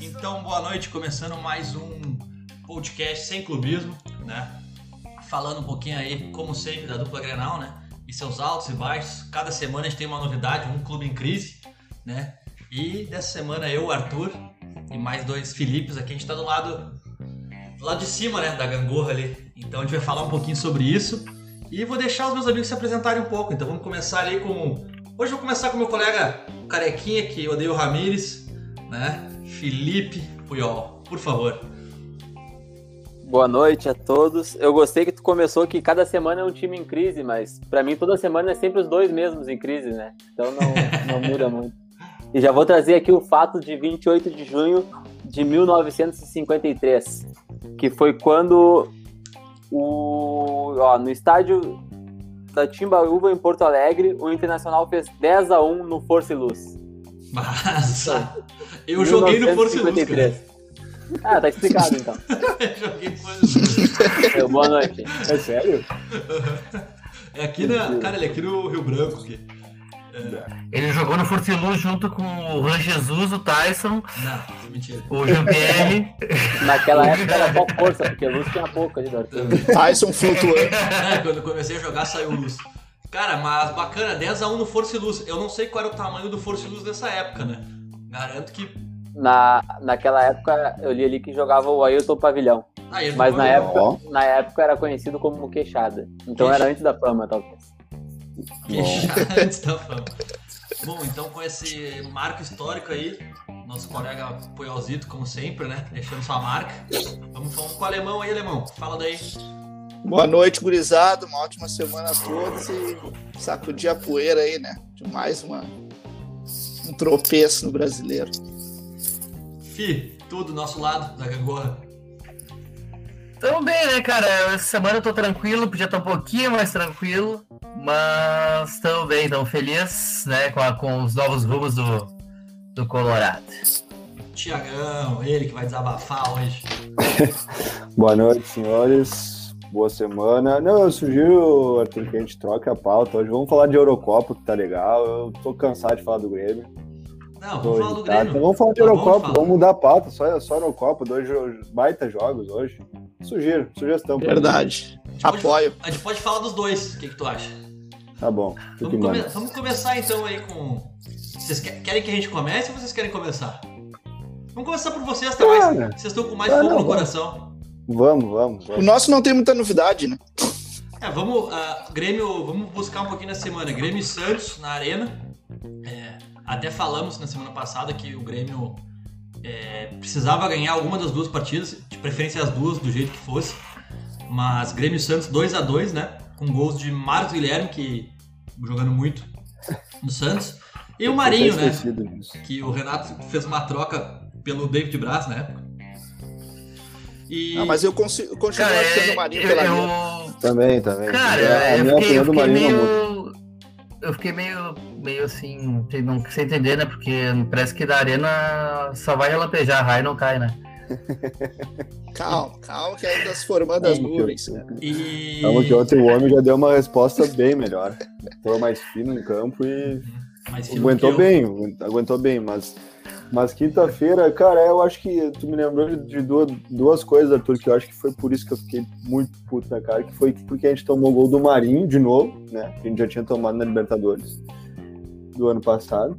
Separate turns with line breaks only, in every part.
Então, noite, começando mais um podcast sem clubismo, né? Falando um pouquinho aí, como sempre, da dupla Grenal, né? E seus altos e baixos. Cada semana a gente tem uma novidade, um clube em crise, né? E dessa semana eu, Arthur, e mais dois Filipes aqui, a gente tá do lado do lado de cima, né, da gangorra ali. Então a gente vai falar um pouquinho sobre isso. E vou deixar os meus amigos se apresentarem um pouco. Então vamos começar ali com. Hoje eu vou começar com meu colega Carequinha, que odeia o Ramires, né? Felipe Puyol, por favor.
Boa noite a todos. Eu gostei que tu começou que cada semana é um time em crise, mas para mim toda semana é sempre os dois mesmos em crise, né? Então não, não muda muito. E já vou trazer aqui o fato de 28 de junho de 1953, que foi quando o, ó, no estádio da Timbaúba em Porto Alegre, o Internacional fez 10 a 1 no Força e Luz.
Massa! Eu joguei no Força e Luz, cara.
1953. Ah, tá explicado então.
Eu joguei no Força e Luz.
É, boa noite.
É sério?
É aqui na. Cara, ele é aqui no Rio Branco. Aqui.
Ele jogou no Fortiluz junto com o Juan Jesus, o Tyson,
Não, mentira.
o Jean-Pierre.
Naquela época era só força, porque a luz tinha pouco ali, Arthur.
Tyson flutuando.
É, quando eu comecei a jogar saiu luz. Cara, mas bacana, 10x1 no Força e Luz. Eu não sei qual era o tamanho do Força e Luz nessa época, né? Garanto que.
Na, naquela época eu li ali que jogava o Ailton Pavilhão.
Ah, eu não
Mas na
vou-
Ó.
época, na época era conhecido como Queixada. Então era antes da fama, talvez.
Que chato, antes da fama. Bom, então com esse marco histórico aí, nosso colega Poiolzito, como sempre, né? Deixando sua marca. Vamos, vamos com o alemão aí, alemão. Fala daí.
Boa noite, gurizada. Uma ótima semana a todos e sacudir a poeira aí, né? De mais uma... um tropeço no brasileiro.
Fi, tudo nosso lado da gangorra.
Tamo bem, né, cara? Essa semana eu tô tranquilo, podia estar um pouquinho mais tranquilo, mas tamo bem, tamo feliz, né, com, a- com os novos rumos do, do Colorado.
Tiagão, ele que vai desabafar hoje.
Boa noite, senhores. Boa semana. Não, eu sugiro, Arthur, que a gente troque a pauta. Hoje vamos falar de Eurocopa, que tá legal. Eu tô cansado de falar do Grêmio.
Não,
Tô
vamos falar do
irritado. Então
Grêmio.
vamos falar de
Tá bom,
Eurocopa,
fala.
vamos mudar a pauta. Só, só Eurocopa, dois jo- baita jogos hoje. Sugiro, sugestão. pra
Verdade. Apoio.
A gente pode falar dos dois. O que, que tu acha?
mim. Tá bom. Fique
Vamos,
em
come-
mano.
vamos começar então aí com. Vocês que- querem que a gente comece ou vocês querem começar? Vamos começar por vocês, tá mais.
Cara.
Vocês estão com mais
Ah,
fogo
não,
no
vamos.
coração.
Vamos, vamos.
O
vamos.
nosso não tem muita novidade, né?
É, vamos. ah, Grêmio, vamos buscar um pouquinho na semana. Grêmio e Santos na arena. É, até falamos na semana passada que o Grêmio é, precisava ganhar alguma das duas partidas, de preferência as duas, do jeito que fosse. Mas Grêmio e Santos 2 a 2 né? Com gols de Marcos Guilherme, que jogando muito no Santos. E o Marinho,
Eu tinha
né?
esquecido disso.
que o Renato fez uma troca pelo David Braz na época. E
Ah, mas eu consigo, continuo
Cara,
achando
é,
o Marinho
eu-
pela
eu-
minha.
Também, também.
Cara,
É, a
eu
minha
fiquei, eu
opinião do
fiquei
Marinho não muda.
meio. Eu fiquei meio, meio assim, sem- não sem entender, né? Porque parece que da arena só vai relapejar, a raio não cai, né?
Calma, calma, que ainda se formando as nuvens.
e-
Calma que ontem o Então, homem já deu uma resposta bem melhor. Entrou mais fino em campo e
Mas filho,
Aguentou
que eu-
bem, aguentou bem, mas, mas quinta-feira, cara, eu acho que tu me lembrou de- de duas, duas coisas, Arthur, que eu acho que foi por isso que eu fiquei muito puto na cara, que foi porque a gente tomou o gol do Marinho de novo, né? Que a gente já tinha tomado na Libertadores do ano passado.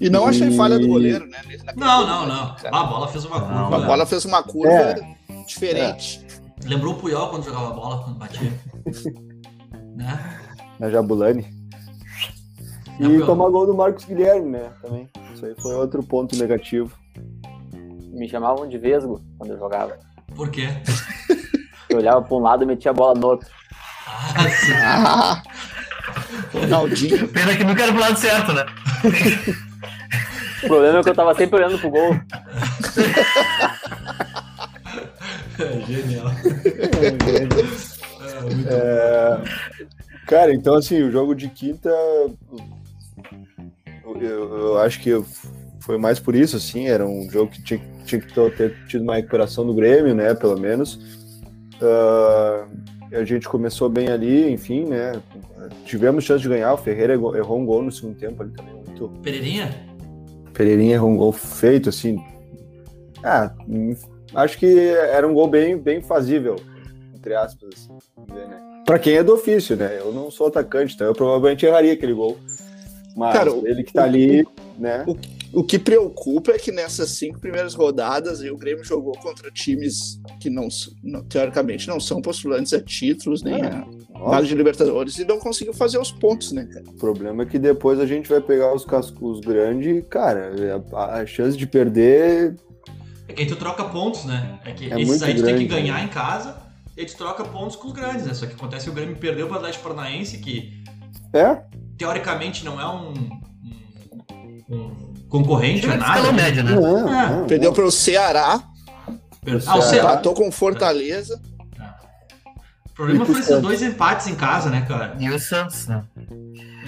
E não achei falha do goleiro, né?
Não, não, não.
Cara,
Ah, A bola fez uma
Não,
curva.
A bola fez uma curva diferente.
Lembrou o Puyol quando jogava a bola, quando batia. né?
na Jabulani.
Não,
E
meu.
tomar gol do Marcos Guilherme, né? Também. Isso aí foi outro ponto negativo.
Me chamavam de Vesgo quando eu jogava.
Por quê?
Eu olhava pra um lado e metia a bola no outro.
Ah, sim.
Ah, Ronaldinho.
Pena que nunca era pro lado certo, né?
O problema é que eu tava sempre olhando pro gol.
Genial. Ah, muito
É, Cara, então assim, o jogo de quinta. Eu, eu acho que foi mais por isso, assim, era um jogo que tinha, tinha que ter- ter tido uma recuperação do Grêmio, né? Pelo menos. Ah, a gente começou bem ali, enfim, né? Tivemos chance de ganhar, o Ferreira errou errou um gol no segundo tempo ali também, muito.
bom. Pereirinha?
Pereirinha errou um gol feito, assim, Ah, hum, acho que era um gol bem, bem fazível, entre aspas. Assim, vamos dizer, né? Pra quem é do ofício, né? Eu não sou atacante, então eu provavelmente erraria aquele gol. Mas
Cara, o-
ele que tá ali, né?
O que preocupa é que nessas cinco primeiras rodadas aí, o Grêmio jogou contra times que não, s- não- teoricamente não são postulantes a títulos, nem
É.
a
Nossa,
vaga de Libertadores, e não conseguiu fazer os pontos, né, cara?
o problema é que depois a gente vai pegar os cascos grandes e, cara, a, a chance de perder.
É que aí tu troca pontos, né? É que
É
esses
muito
aí tu tem que
grande, né?
ganhar em casa e aí tu troca pontos com os grandes, né? Só que acontece que o Grêmio perdeu para o Atlético Paranaense, que
É?
teoricamente não é um, um- um concorrente, não é
Chega de escalão
nada. né?
médio, né?
Não,
Ah,
não, não.
Perdeu para o Ceará,
Ah, o Ceará.
empatou com o Fortaleza.
O problema
E pro
foi esses
Santos.
dois empates em casa, né, cara?
E o Santos, né?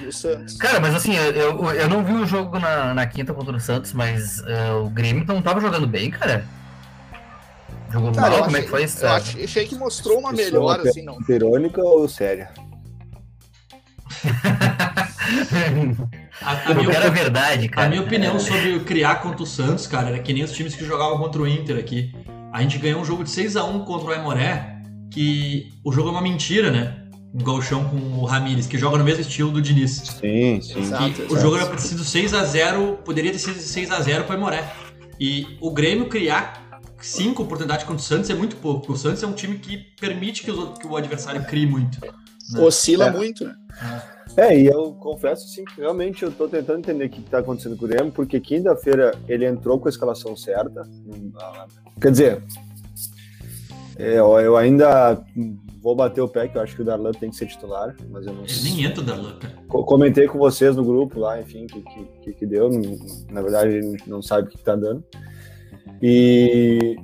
E o Santos.
Cara, mas assim, eu, eu, eu não vi o jogo na, na quinta contra o Santos, mas eh, o Grêmio não tava jogando bem, cara. Jogou
Tá,
Cara,
mal,
eu
como é
achei-
que foi isso?
Eu
cara?
achei achei que mostrou uma
Isso é
melhora,
uma
assim, não.
Verônica ou séria?
A, a minha,
Era verdade,
a
É,
cara.
minha opinião sobre o criar contra o Santos, cara, era que nem os times que jogavam contra o Inter aqui. A gente ganhou um jogo de 6 a 1 contra o Aimoré, que o jogo é uma mentira, né? Um galchão com o Ramires, que joga no mesmo estilo do Diniz.
Sim, sim.
Exato.
Que o jogo era pra ter sido 6x0, poderia ter sido 6x0 para Moré. E o Grêmio criar cinco oportunidades contra o Santos é muito pouco. porque O Santos é um time que permite que, os outros- que o adversário crie muito. Né?
Oscila
É.
muito, né?
É, e eu confesso sim que realmente eu tô tentando entender o que que tá acontecendo com o Grêmio, porque quinta-feira ele entrou com a escalação certa. Hum, ah, Quer dizer, é, ó, eu ainda hum, vou bater o pé, que eu acho que o Darlan tem que ser titular, mas eu não
Ele nem entra da Luca.
Co- Comentei com vocês no grupo lá, enfim, que, que, que, que deu. Não- Na verdade, a gente não sabe o que que tá dando. E...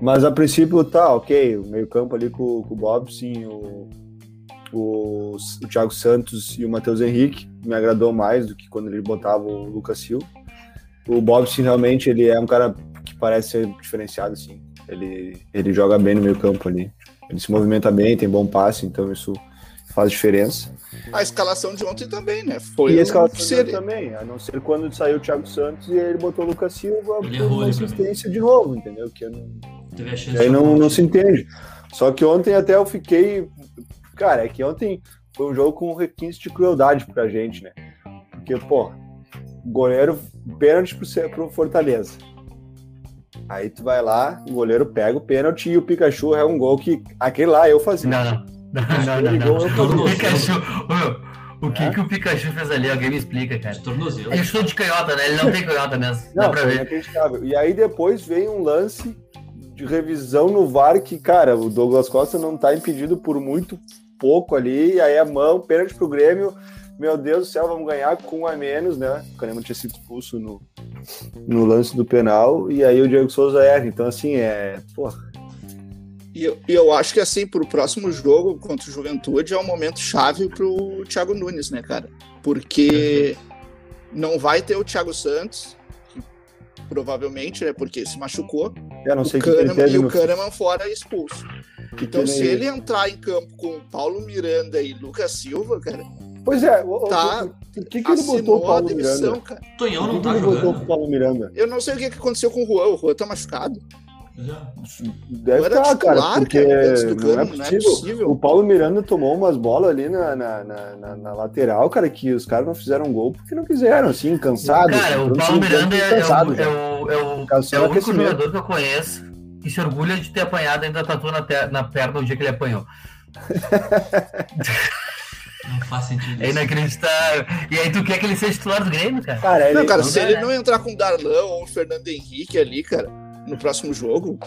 Mas a princípio tá ok. O meio-campo ali com, com o Bob, sim, o, o, o Thiago Santos e o Matheus Henrique me agradou mais do que quando ele botava o Lucas Silva. O Bob, sim, realmente, ele é um cara que parece ser diferenciado, assim. Ele, ele joga bem no meio-campo ali. Ele se movimenta bem, tem bom passe, então isso faz diferença.
A escalação de ontem também, né? Foi
E
um
a escalação
ser-
também, a não ser quando saiu o Thiago Santos e ele botou o Lucas Silva
Ele
por
errou
uma
ali pra mim.
assistência de novo, entendeu? Que eu não-
Teve a chance
aí
de
não,
jogar.
não se entende. Só que ontem até eu fiquei. Cara, é que ontem foi um jogo com um requinte de crueldade pra gente, né? Porque, pô, goleiro pênalti pro, Ce- pro Fortaleza. Aí tu vai lá, o goleiro pega o pênalti e o Pikachu é um gol que aquele lá eu fazia.
Não, não. Não, não, não.
Aquele
não.
gol eu
O
fazia.
Pikachu. ô, O que, que o Pikachu fez ali? Alguém me explica, cara.
De tornozelo.
Ele chutou de canhota, né? Ele não tem canhota mesmo. Dá
É Não, é
pra
foi
ver.
inacreditável. E aí depois vem um lance de revisão no VAR que, cara, o Douglas Costa não tá impedido por muito pouco ali, e aí a mão, pênalti pro Grêmio, meu Deus do céu, vamos ganhar com um a menos, né? O Canema tinha sido expulso no, no lance do penal, e aí o Diego Souza erra. Então, assim, é... Porra,
E eu, e eu acho que, assim, pro próximo jogo contra o Juventude é um momento chave pro Thiago Nunes, né, cara? Porque
Uhum.
não vai ter o Thiago Santos, que provavelmente, né? Porque se machucou.
eu não
O
sei o que ele
Kahneman,
teve
e
no... é-
o Kahneman fora é expulso.
que
Então,
teve-
se ele entrar em campo com o Paulo Miranda e Lucas Silva, cara,
Pois é, o, o-
Tá,
o que, que ele botou o
assinou a
Paulo Miranda?
demissão,
O
cara.
O Tonhão
que,
não
que
tá
ele botou
jogando.
pro Paulo Miranda?
Eu não sei o que que aconteceu com o Juan. O Juan tá machucado.
Já.
Deve
Era
estar, cara,
titular,
porque
cara, antes do
não, é
Kahneman, não é
possível.
possível.
O Paulo Miranda tomou umas bolas ali na, na, na- na- na lateral, cara, que os caras não fizeram gol porque não quiseram, assim, cansado.
Cara, o
Entrou no
Paulo
segundo tempo
Miranda é,
cansado,
o,
já.
é, o, é, o,
Cara, só
é o único
aquecimento.
jogador que eu conheço que se orgulha de ter apanhado ainda tatu na, te- na perna o dia que ele apanhou.
Não faz sentido
É
isso.
inacreditável. E aí tu quer que ele seja titular do Grêmio, cara?
Cara, É, ele,
Não, cara,
não-
se
dá,
ele
né?
não entrar com o Darlan ou o Fernando Henrique ali, cara, no próximo jogo,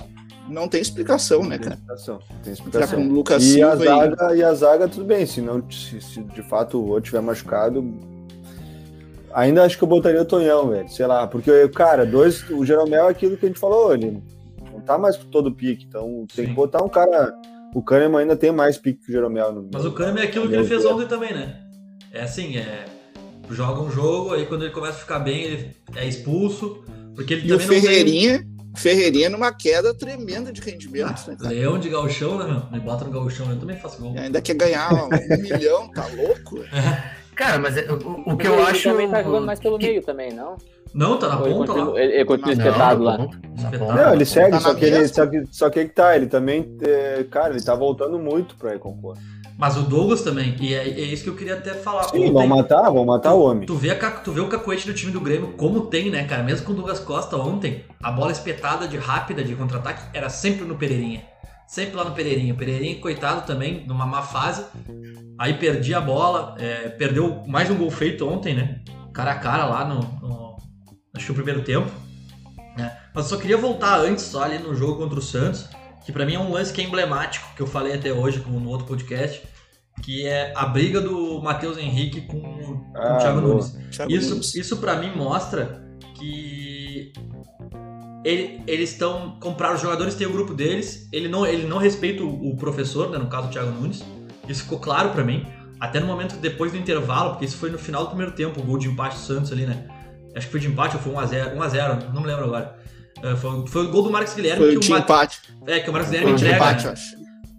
não tem explicação, né,
tem
cara?
explicação. Tem
Entrar com
explicação.
o Lucas
E a,
Silva né? e...
zaga, e a zaga, tudo bem, se, não, se, se de fato o outro tiver machucado. Ainda acho que eu botaria o Tonhão, velho. Sei lá, porque, cara, dois. O Jeromel é aquilo que a gente falou, ele não tá mais com todo o pique. Então tem
Sim.
que botar um cara. O Kahneman ainda tem mais pique que o Jeromel. No,
Mas o Kahneman é aquilo que ele fez ontem também, né? É assim, é. Joga um jogo, aí quando ele começa a ficar bem, ele é expulso. Porque ele
E o
também não tem-
Ferreirinha, Ferreirinha numa queda tremenda de rendimento, né, cara?
Leão de
É.
gauchão, né, meu? Me bota no gauchão, eu também faço gol.
E ainda quer ganhar um milhão, tá louco?
Cara, mas é- o, o que
Ele
eu acho.
também tá jogando mais pelo
que-
meio também, não?
Não, tá na
Ou ele
ponta lá.
continua, ele- ele continua
Não,
espetado lá?
Não, tá bom.
né? Não, ele segue,
Tá
só,
na
que ele,
mesma?
só, que, só que aí que tá, ele também, é, cara, ele tá voltando muito pra Reconcor.
Mas o Douglas também, e é, é isso que eu queria até falar.
Sim,
Ontem,
vão matar, vão matar o homem.
Tu vê, a ca- tu vê o cacoete do time do Grêmio, como tem, né, cara? Mesmo com o Douglas Costa ontem, a bola espetada de rápida de contra-ataque era sempre no Pereirinha. Sempre lá no Pereirinha. O Pereirinha, coitado também, numa má fase. Aí perdi a bola, é, perdeu mais um gol feito ontem, né? Cara a cara lá no. no acho que o primeiro tempo. né? Mas só queria voltar antes, só ali no jogo contra o Santos, que pra mim é um lance que é emblemático, que eu falei até hoje como no outro podcast, que é a briga do Matheus Henrique com, com
Ah,
o Thiago
boa.
Nunes.
Thiago Nunes.
Isso, isso para mim mostra que ele- eles estão compraram os jogadores, tem o grupo deles. Ele não, ele não respeita o, o professor, né, no caso o Thiago Nunes. Isso ficou claro pra mim. Até no momento depois do intervalo, porque isso foi no final do primeiro tempo, o gol de empate do Santos ali, né? Acho que foi de empate ou foi 1x0, 1x0 não me lembro agora. Eh, foi, foi o gol do Marcos Guilherme
Foi
que
o
o,
de
Ma-
empate.
é, que o Marcos Guilherme
Foi o de
entrega.
empate, eu
né?
acho.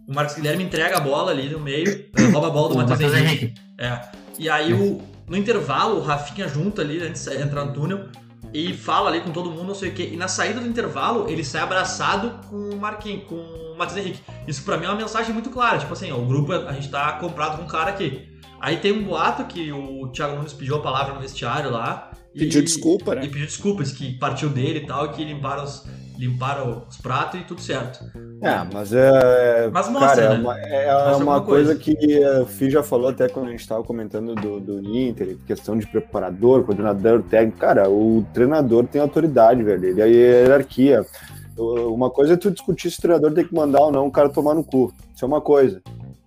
O Marcos Guilherme entrega a bola ali no meio, eh, rouba a bola do
O
Matheus
Matheus
Henrique.
Henrique.
É. E aí, o- no intervalo, o Rafinha junta ali, né, antes de entrar no túnel, e fala ali com todo mundo, não sei o quê. E na saída do intervalo, ele sai abraçado com o Marquinhos, com o Matheus Henrique. Isso pra mim é uma mensagem muito clara. Tipo assim, ó, o grupo, a gente tá comprado com um cara aqui. Aí tem um boato que o Thiago Nunes pediu a palavra no vestiário lá. e-
Pediu desculpa,
e
né?
pediu desculpas, que partiu dele e tal, que limparam os, limparam os pratos e tudo certo.
É, mas é.
Mas mostra,
Cara, é
né?
uma, é
Mostra
uma
alguma
coisa,
coisa.
que é, o Fih já falou até quando a gente tava comentando do, do Inter, questão de preparador, coordenador, técnico. Cara, o treinador tem autoridade, velho. Ele é hierarquia. O- Uma coisa é tu discutir se o treinador tem que mandar ou não o cara tomar no cu. Isso é uma coisa.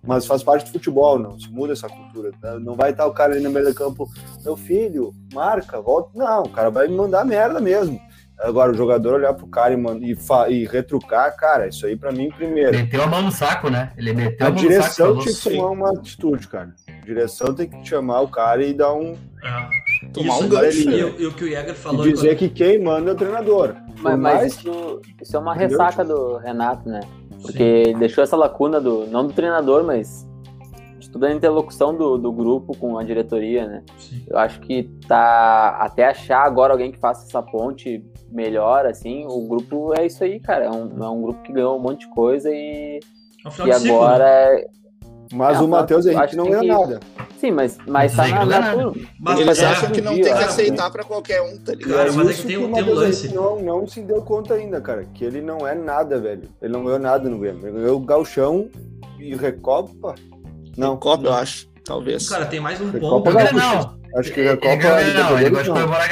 Mas faz parte do futebol, não. Se muda essa cultura. tá? Não vai estar o cara ali no meio do campo, meu filho, marca, volta. Não, o cara vai me mandar merda mesmo. Agora, o jogador olhar pro cara e, man- e, fa- e retrucar, cara, isso aí pra mim, primeiro.
Meteu a mão no saco, né? Ele meteu a,
É. A
mão
direção
no
tinha
saco.
que
falou,
tomar uma atitude, cara. A direção tem que chamar o cara e dar um.
É.
Tomar
Isso,
um gancho.
E,
né?
o- e o que o Jäger
E
falou...
dizer que quem manda é o treinador.
Mas,
Por
mas
mais
isso, isso é uma
Entendeu?
ressaca do Renato, né? Porque
Sim.
ele deixou essa lacuna do. não do treinador, mas de toda a interlocução do, do grupo com a diretoria, né?
Sim.
Eu acho que tá. Até achar agora alguém que faça essa ponte melhor, assim, o grupo é isso aí, cara. É um, é um grupo que ganhou um monte de coisa e,
É um final
e
de ciclo, né?
agora. é-
Mas
É,
o Matheus
acho
Henrique
que
não
tem
ganha
que-
nada.
Sim, mas, mas tá
Sim,
na,
não
na
é nada.
turma.
Mas
Eles
é,
acham
que...
que não
dia,
tem que
cara.
aceitar pra qualquer um, tá ligado?
Cara,
É
mas é
isso
que tem-
o
tem um
Matheus
lance.
Henrique Não, não se deu conta ainda, cara, que ele não é nada, velho. Ele não ganhou nada no Grêmio. Ele ganhou o Galchão e Recopa. Não,
Copa, eu acho. Talvez.
Cara, tem mais um
Foi
ponto.
Copa da-
Cara,
Granal.
é acho que
Ele
Recopa. é
ganhou Granal, É, ele
Libertadores,
gosta de
não.
comemorar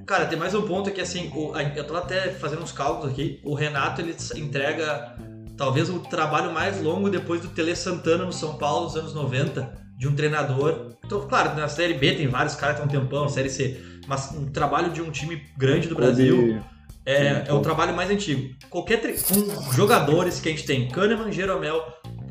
Granal.
tem mais um ponto que assim, o- a- eu tava até fazendo uns cálculos aqui. O Renato ele s- entrega talvez o trabalho mais longo depois do Tele Santana no São Paulo nos anos 90, de um treinador. Então, claro, na série B tem vários caras que estão um tempão, série C, mas um trabalho de um time grande do Brasil. É, é o trabalho mais antigo. Qualquer tre- com jogadores que a gente tem: Kahneman, Jeromel,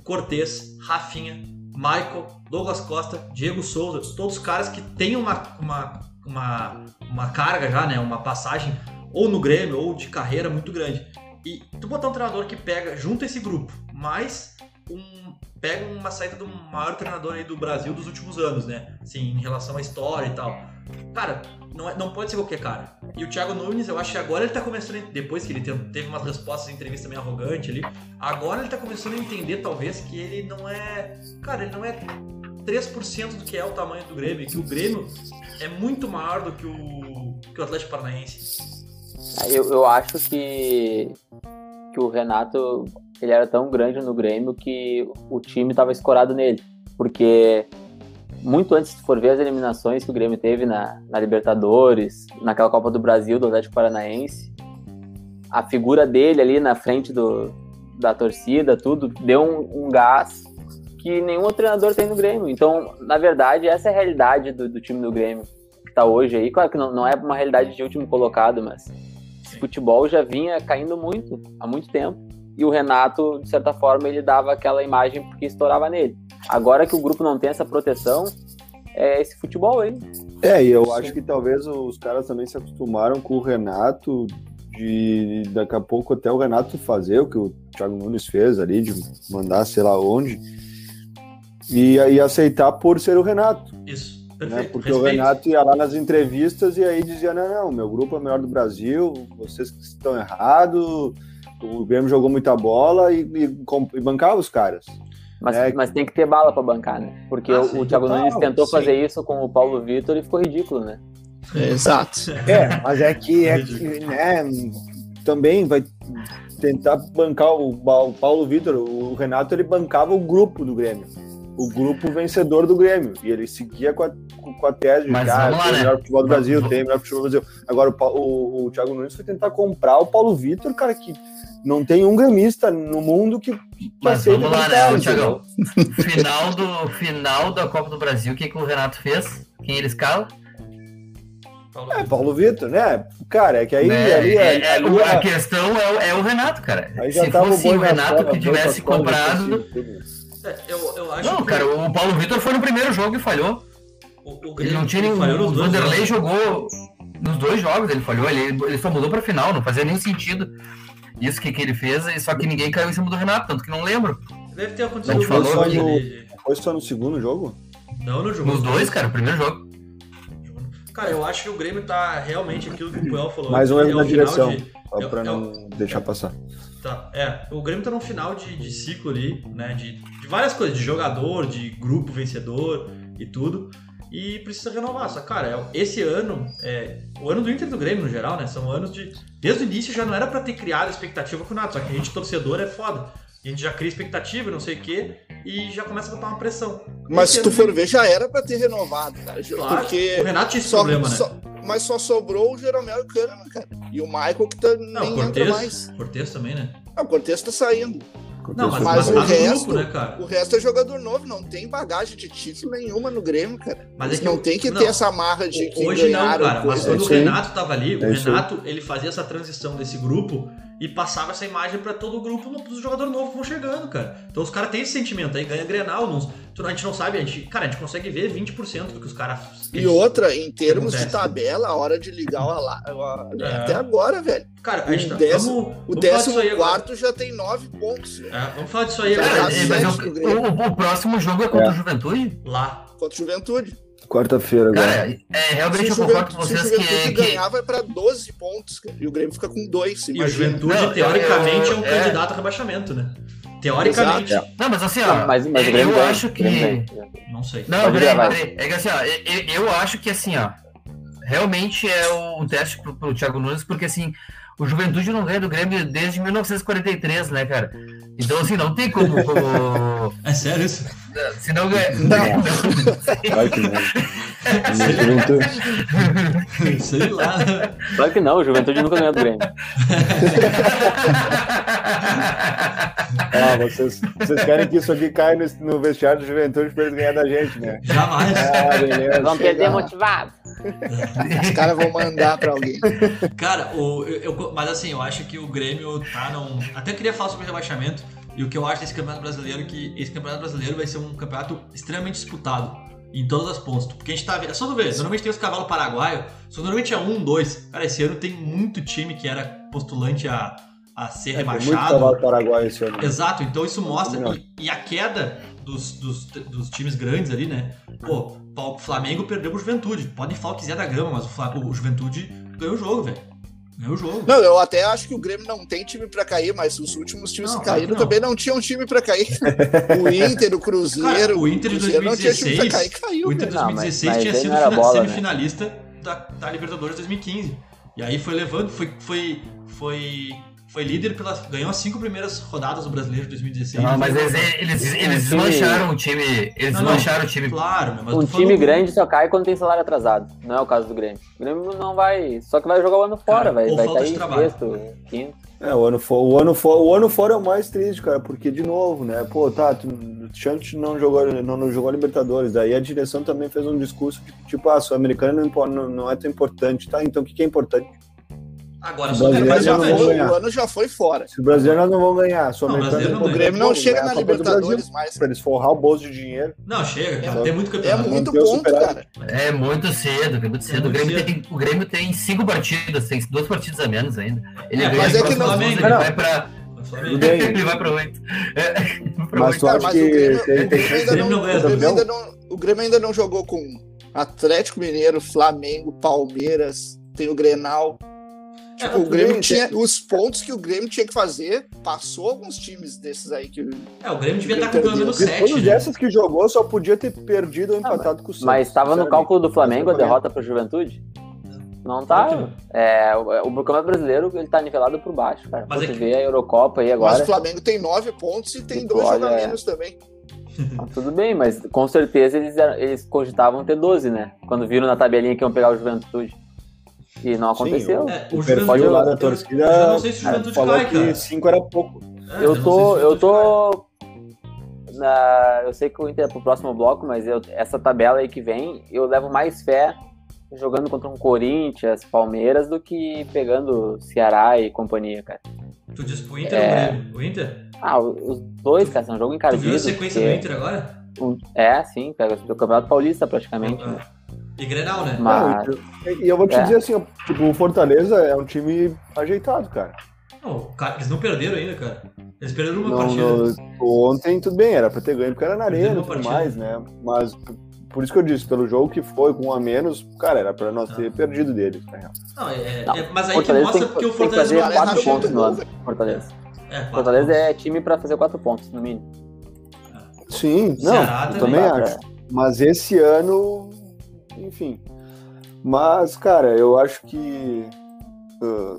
Cortez, Rafinha, Michael, Douglas Costa, Diego Souza, todos os caras que têm uma, uma, uma, uma carga já, né? Uma passagem ou no Grêmio ou de carreira muito grande. E tu botar um treinador que pega, junta esse grupo, mais um. Pega uma saída do maior treinador aí do Brasil dos últimos anos, né? Assim, em relação à história e tal. Cara, não, é- não pode ser qualquer cara. E o Thiago Nunes, eu acho que agora ele tá começando, depois que ele tem- teve umas respostas em entrevista meio arrogante ali, agora ele tá começando a entender, talvez, que ele não é. Cara, ele não é 3% do que é o tamanho do Grêmio, e que o Grêmio é muito maior do que o, que o Atlético Paranaense.
Eu, eu acho que, que o Renato ele era tão grande no Grêmio que o time estava escorado nele. Porque muito antes, se tu for ver as eliminações que o Grêmio teve na, na Libertadores, naquela Copa do Brasil, do Atlético Paranaense, a figura dele ali na frente do, da torcida, tudo, deu um, um gás que nenhum outro treinador tem no Grêmio. Então, na verdade, essa é a realidade do, do time do Grêmio que tá hoje aí. Claro que não, não é uma realidade de último colocado, mas esse futebol já vinha caindo muito há muito tempo. E o Renato, de certa forma, ele dava aquela imagem porque estourava nele. Agora que o grupo não tem essa proteção, é esse futebol aí.
É, e eu acho que talvez os caras também se acostumaram com o Renato de daqui a pouco até o Renato fazer o que o Thiago Nunes fez ali, de mandar sei lá onde, e aí aceitar por ser o Renato.
Isso.
né?
Perfeito,
Porque o
respeito.
Renato ia lá nas entrevistas e aí dizia: não, não, meu grupo é o melhor do Brasil, vocês que estão errados, o Grêmio jogou muita bola e, e com- e bancava os caras.
Mas,
É.
mas tem que ter bala pra bancar, né? Porque
Ah,
o,
sim,
o Thiago
total,
Nunes tentou
sim.
fazer isso com o Paulo Vitor e ficou ridículo, né?
É, exato.
É, mas é que, é que né, também vai tentar bancar o, Ba- o Paulo Vitor, o Renato, ele bancava o grupo do Grêmio. O grupo vencedor do Grêmio. E ele seguia com a, com a tese de
Mas
que ah,
vamos lá,
tem o
né?
melhor futebol do
Vamos-
Brasil,
vamos-
tem o melhor futebol do Brasil. Agora o, Pa- o, o Thiago Nunes foi tentar comprar o Paulo Vitor, cara, que não tem um gremista no mundo que, que
Mas
aceite
vamos lá, né,
essa tese,
ô, Thiagão? Final, do, final da Copa do Brasil, o que, que o Renato fez? Quem ele escala?
Paulo
É,
Vitor.
Paulo Vitor, né? Cara, é que aí.
Né,
ali,
é-
ali,
é-
ali,
a
é-
questão é, o- é o Renato, cara.
aí já
Se
tava
fosse
boi
o
na
Renato
cobra,
que
boi
tivesse
com as cobras,
comprado.
tudo.
É, eu, eu acho
Não,
que
cara, o Paulo Vitor foi no primeiro jogo e falhou.
o, o
Ele
Grêmio
não tinha nenhum.
falhou
O
nos dois
Vanderlei
jogos.
jogou nos dois jogos, ele falhou, ele, ele só mudou pra final, não fazia nenhum sentido. Isso que, que ele fez, e só que ninguém caiu em cima do Renato, tanto que não lembro.
Deve ter
Não,
acontecido
falou
jogo
só no-
dele.
Foi só no segundo jogo?
Não, no jogo.
Nos dois, cara, o primeiro jogo.
Cara, eu acho que o Grêmio tá realmente aquilo que o Puel falou.
Mais um erro
É
na
um final
direção.
de-
Só
Eu-
pra
eu-
não deixar passar.
Tá, é. O Grêmio tá num final de, de ciclo ali, né? De, de várias coisas, de jogador, de grupo vencedor e tudo. E precisa renovar. Só, cara, é- esse ano, é o ano do Inter e do Grêmio no geral, né? São anos de. Desde o início já não era pra ter criado expectativa com nada. Só que a gente, torcedor, é foda. A gente já cria expectativa, não sei o quê, e já começa a botar uma pressão.
Mas
Esse
se tu
ano-
for ver, já era pra ter renovado, cara.
Claro,
Porque
o Renato tinha esse
É, só,
problema, né?
só- mas só sobrou o Jeromel e o Kahneman, cara. E o Michael que tá,
Não,
nem entra mais.
Cortez, Cortez também, né?
Ah, o Cortez tá saindo.
Não, mas,
Mas
mas,
o
tá no
resto-
grupo, né, cara?
O resto é jogador novo, não tem bagagem de título nenhuma no Grêmio, cara.
Mas é que
não
o-
tem que
não.
ter essa marra de que
Hoje não,
ganharam
cara. Mas
coisa.
quando o
Sim.
Renato tava ali, o
É isso aí.
Renato ele fazia essa transição desse grupo e passava essa imagem pra todo o grupo no- pros jogadores novos que vão chegando, cara. Então os caras têm esse sentimento aí, ganha Grenal. Não, tu- a gente não sabe, a gente, cara, a gente consegue ver 20% do que os caras.
E outra, em termos de
Acontece.
tabela, a hora de ligar o ala- o a-
É.
Até agora, velho.
Cara, a gente
o
tá.
décimo-
vamos,
O
vamos falar disso aí agora.
14 já tem 9 pontos, né, velho.
É, vamos falar disso aí
Cara,
agora. É,
Cara,
Renato
ele- mas
sete
eu-
do Grêmio.
o, o próximo jogo é contra
É.
o Juventude?
Lá.
Contra o Juventude.
Quarta-feira agora.
Cara, é, realmente
Se
eu
o
concordo com
Juventude, se o
vocês que.
é
Juventude
que
ganhar, vai pra 12 pontos, cara. E o Grêmio fica com 2,
E o
imagina.
Juventude,
Não,
teoricamente,
eu-
é um
é.
candidato a rebaixamento, né? Teoricamente.
Exato.
não, mas assim,
Ah,
ó.
mas, mas
eu
o Grêmio ganha,
acho
o Grêmio
que-
ganha.
Não sei.
Não,
Pode
peraí,
gravar.
peraí. É que assim, ó, eu, eu acho que assim, ó. Realmente é o- um teste pro, pro Thiago Nunes, porque assim, o Juventude não ganha do Grêmio desde 1943, né, cara? Então, assim, não tem como. como-
É sério isso?
se não ganha.
Não.
Vai que merda. Juventude.
sei lá. né?
Claro que não, o Juventude nunca ganhou do Grêmio.
Ah, vocês, vocês querem que isso aqui caia no, no vestiário do Juventude pra eles ganharem da gente, né?
Jamais.
Ah, beleza.
Vamos perder motivado.
Os caras vão mandar pra alguém.
Cara, o, eu, eu- mas assim, eu acho que o Grêmio tá num. Até queria falar sobre rebaixamento. E o que eu acho desse campeonato brasileiro é que esse campeonato brasileiro vai ser um campeonato extremamente disputado. Em todas as pontas. Porque a gente tá vendo. É só tu ver, normalmente tem os cavalos paraguaios, só normalmente é um, dois. Cara, esse ano tem muito time que era postulante a, a ser
É, tem muito
rebaixado.
cavalo paraguaio esse ano.
Exato, então isso mostra.
Não.
E, e a queda dos, dos, dos times grandes ali, né? Pô, o Flamengo perdeu pro Juventude. Podem falar o que quiser da grama, mas o, Fla- o Juventude ganhou o jogo, velho. Ganhou o jogo.
Não, eu até acho que o Grêmio não tem time pra cair, mas os últimos times
Não,
que
claro
caíram
que não.
também não tinham time pra cair. O Inter, o Cruzeiro.
Cara, o Inter de
Cruzeiro não tinha time pra
2016,
cair, caiu,
O Inter
velho.
de
Não, mas-
2016
mas
tinha
aí
sido
não era
fina-
bola, né?
semifinalista da, da Libertadores 2015. E aí foi levando, foi, foi, foi, foi líder, pelas, ganhou as cinco primeiras rodadas do Brasileiro de 2016.
Não, mas eles, eles, eles desmancharam o time. Eles
Não, não.
desmancharam o time.
Claro, mas eu
Um
tô falando-
time grande só cai quando tem salário atrasado. Não é o caso do Grêmio. O Grêmio não vai. Só que vai jogar o ano fora,
Cara,
vai,
ou
vai
falta de
cair
trabalho.
em sexto, quinto.
É, o ano, fora, o, ano fora, o ano fora é o mais triste, cara, porque, de novo, né? Pô, tá, tu, o Santos não jogou, não, não jogou Libertadores, daí a direção também fez um discurso de que, tipo, ah, Sul-Americana não, impo- não, não é tão importante, tá? Então o que, que é importante?
Agora
O
só tem
Mas
brasileiro
mais
já
não
importante.
vão
foi,
ganhar.
o ano já foi fora.
Se o brasileiro nós não vão ganhar, Sul-Americana
brasileiro não
não
O
ganha.
Grêmio não
vão
chega
ganhar
na
É, a Copa do
Libertadores
Brasil,
mais.
Pra eles forrar o bolso de dinheiro.
Não, chega, cara,
É.
tem muito
É
campeonato.
muito
Manter o
ponto,
superávit.
cara.
É muito cedo, é muito cedo.
muito
o, Grêmio
cedo.
Tem, o Grêmio tem cinco partidas, tem duas partidas a menos ainda. Ele
É,
ganha
mas é
de
que não-
Flamengo,
não,
ele
não.
vai pra.
Flamengo.
Tudo bem.
Ele vai pra oito. É, pra
Mas tu
Cara,
acha
mas
que
o Grêmio,
tem,
o Grêmio
tem
ainda
Grêmio
não-
não ganha
o Grêmio
também?
ainda não- o Grêmio ainda não jogou com Atlético Mineiro, Flamengo, Palmeiras, tem o Grenal. Tipo,
É,
o Grêmio
também,
tinha. Os pontos que o Grêmio tinha que fazer, passou alguns times desses aí que.
É, o Grêmio devia estar com o camisa número
De
7.
todas
Né?
essas que jogou, só podia ter perdido ou
Ah,
empatado com o Santos.
Mas estava no
sabe?
cálculo do Flamengo a
Exatamente.
derrota para Juventude? Não tá. É, o, o Campeonato Brasileiro ele tá nivelado por baixo, cara.
Mas
Pô,
é
tu
que-
vê a Eurocopa aí
Mas
agora.
o Flamengo tem nove pontos e tem
E
dois
olha,
jogadores
é.
também.
Então, tudo bem, mas com certeza eles, eram- eles cogitavam ter 12, né? Quando viram na tabelinha que iam pegar o Juventude. E não
Sim,
aconteceu.
o-
É,
O
né?
perfil lá da torcida
Eu, eu não sei se o
cara,
Juventude
falou
cai, cara.
que 5 era pouco.
É,
eu
não sei
tô.
se o
Eu
Juventude cai.
tô. na- eu sei que o Inter é pro próximo bloco, mas eu- essa tabela aí que vem, eu levo mais fé jogando contra um Corinthians, Palmeiras, do que pegando Ceará e companhia, cara.
Tu diz pro Inter
É.
ou pro Grêmio? O Inter?
Ah, o- os dois, cara, é são jogo
Tu viu
encardido.
a sequência do
porque-
Inter agora?
um- É, sim, pega o Campeonato Paulista praticamente. né?
E Grenal, né?
Mas-
Não, e- e eu vou te
É.
dizer assim, ó, tipo, o Fortaleza é um time ajeitado, cara.
Não, cara, eles não perderam ainda, cara. Eles perderam uma
Não,
partida.
no- ontem, tudo bem, era pra ter ganho porque era na arena
Perdeu
e
uma
tudo
partida.
mais, né? Mas p- por isso que eu disse, pelo jogo que foi, com um a menos, cara, era pra
Ah.
nós ter perdido dele. na real.
Não, é, é-
Não,
é- mas aí que
Fortaleza
mostra
tem que-
porque o
tem que
Fortaleza
fazer
não é
parece
quatro
achar
pontos
tudo
no
bom,
ano.
velho.
Fortaleza.
É, quatro
Fortaleza
pontos.
é time pra fazer quatro pontos, no mínimo.
Sim, não,
Ceará tá né?
eu
também.
também acho. Mas esse ano, enfim. Mas, cara, eu acho que. ah,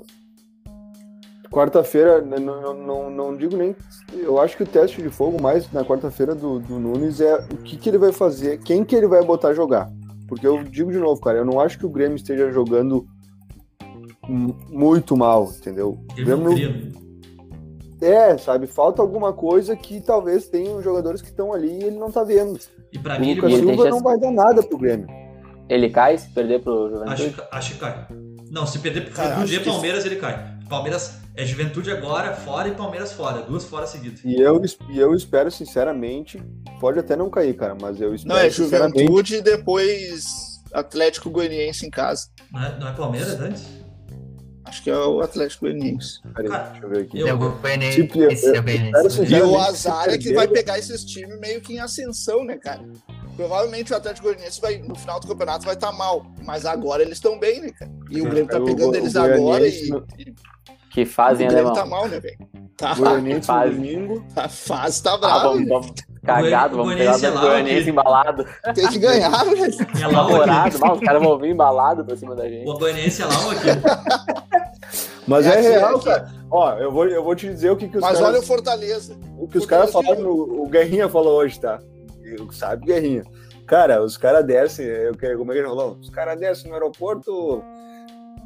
Quarta-feira, n- n- não, não, não digo nem. Eu acho que o teste de fogo mais na quarta-feira do, do Nunes é o que, que ele vai fazer, quem que ele vai botar jogar. Porque eu digo de novo, cara, eu não acho que o Grêmio esteja jogando mu- muito mal, entendeu? O
Ele não
Grêmio
cria.
é, sabe, falta alguma coisa que talvez tenham jogadores que estão ali e ele não tá vendo.
E pra
O
mim,
Lucas
ele,
ele tem
Silva
chance-
não vai dar nada pro Grêmio.
Ele cai se perder pro
acho,
Juventude.
que- acho que cai. Não, se perder pro
Tá Cara,
Juventude
acho
e
que-
Palmeiras, ele cai. Palmeiras é Juventude agora, fora e Palmeiras fora. Duas fora seguidas.
E eu, es- e eu espero, sinceramente, pode até não cair, cara, mas eu espero.
Não, é
sinceramente-
Juventude e depois Atlético Goianiense em casa.
Não é, não é Palmeiras antes?
Acho que é o Atlético Goianiense.
Peraí, deixa eu ver aqui.
Eu-
Eu vou com ele.
Tipo, eu-
Esse é o
Espero,
Benítez.
E
sinceramente,
o
que
azar
se
é que vai
perder,
pegar esses times meio que em ascensão, né, cara? Provavelmente o Atlético Goianiense vai, no final do campeonato vai estar mal, mas agora eles estão bem, né, cara? E o
É,
Grêmio tá
o
pegando
Go-
eles
o
agora
Goianiense
e,
no-
e
Que
o
fazem,
Grêmio
alemão.
tá mal, né, velho? Tá,
Goianiense no
Fase.
domingo.
a fase tá
Ah,
brava,
vamos,
velho.
vamos. Cagado,
O
vamos
Goianiense
pegar
é
o
lá,
Goianiense
aqui.
embalado.
tem que ganhar,
É lá ou
velho.
aqui?
Apavorado, mal, os caras vão vir embalado pra cima da gente.
O Goianiense é lá ou aqui?
Mas
É
é,
assim, é
real,
que-
cara. Ó, eu vou, eu vou te dizer o que, que os
Mas olha o
caras,
Fortaleza.
o que os caras falaram. no- O Guerrinha falou hoje, tá? Eu- Sabe, Guerrinha. Cara, os caras descem. Eu, quero- como é que ele falou? Os caras descem no aeroporto.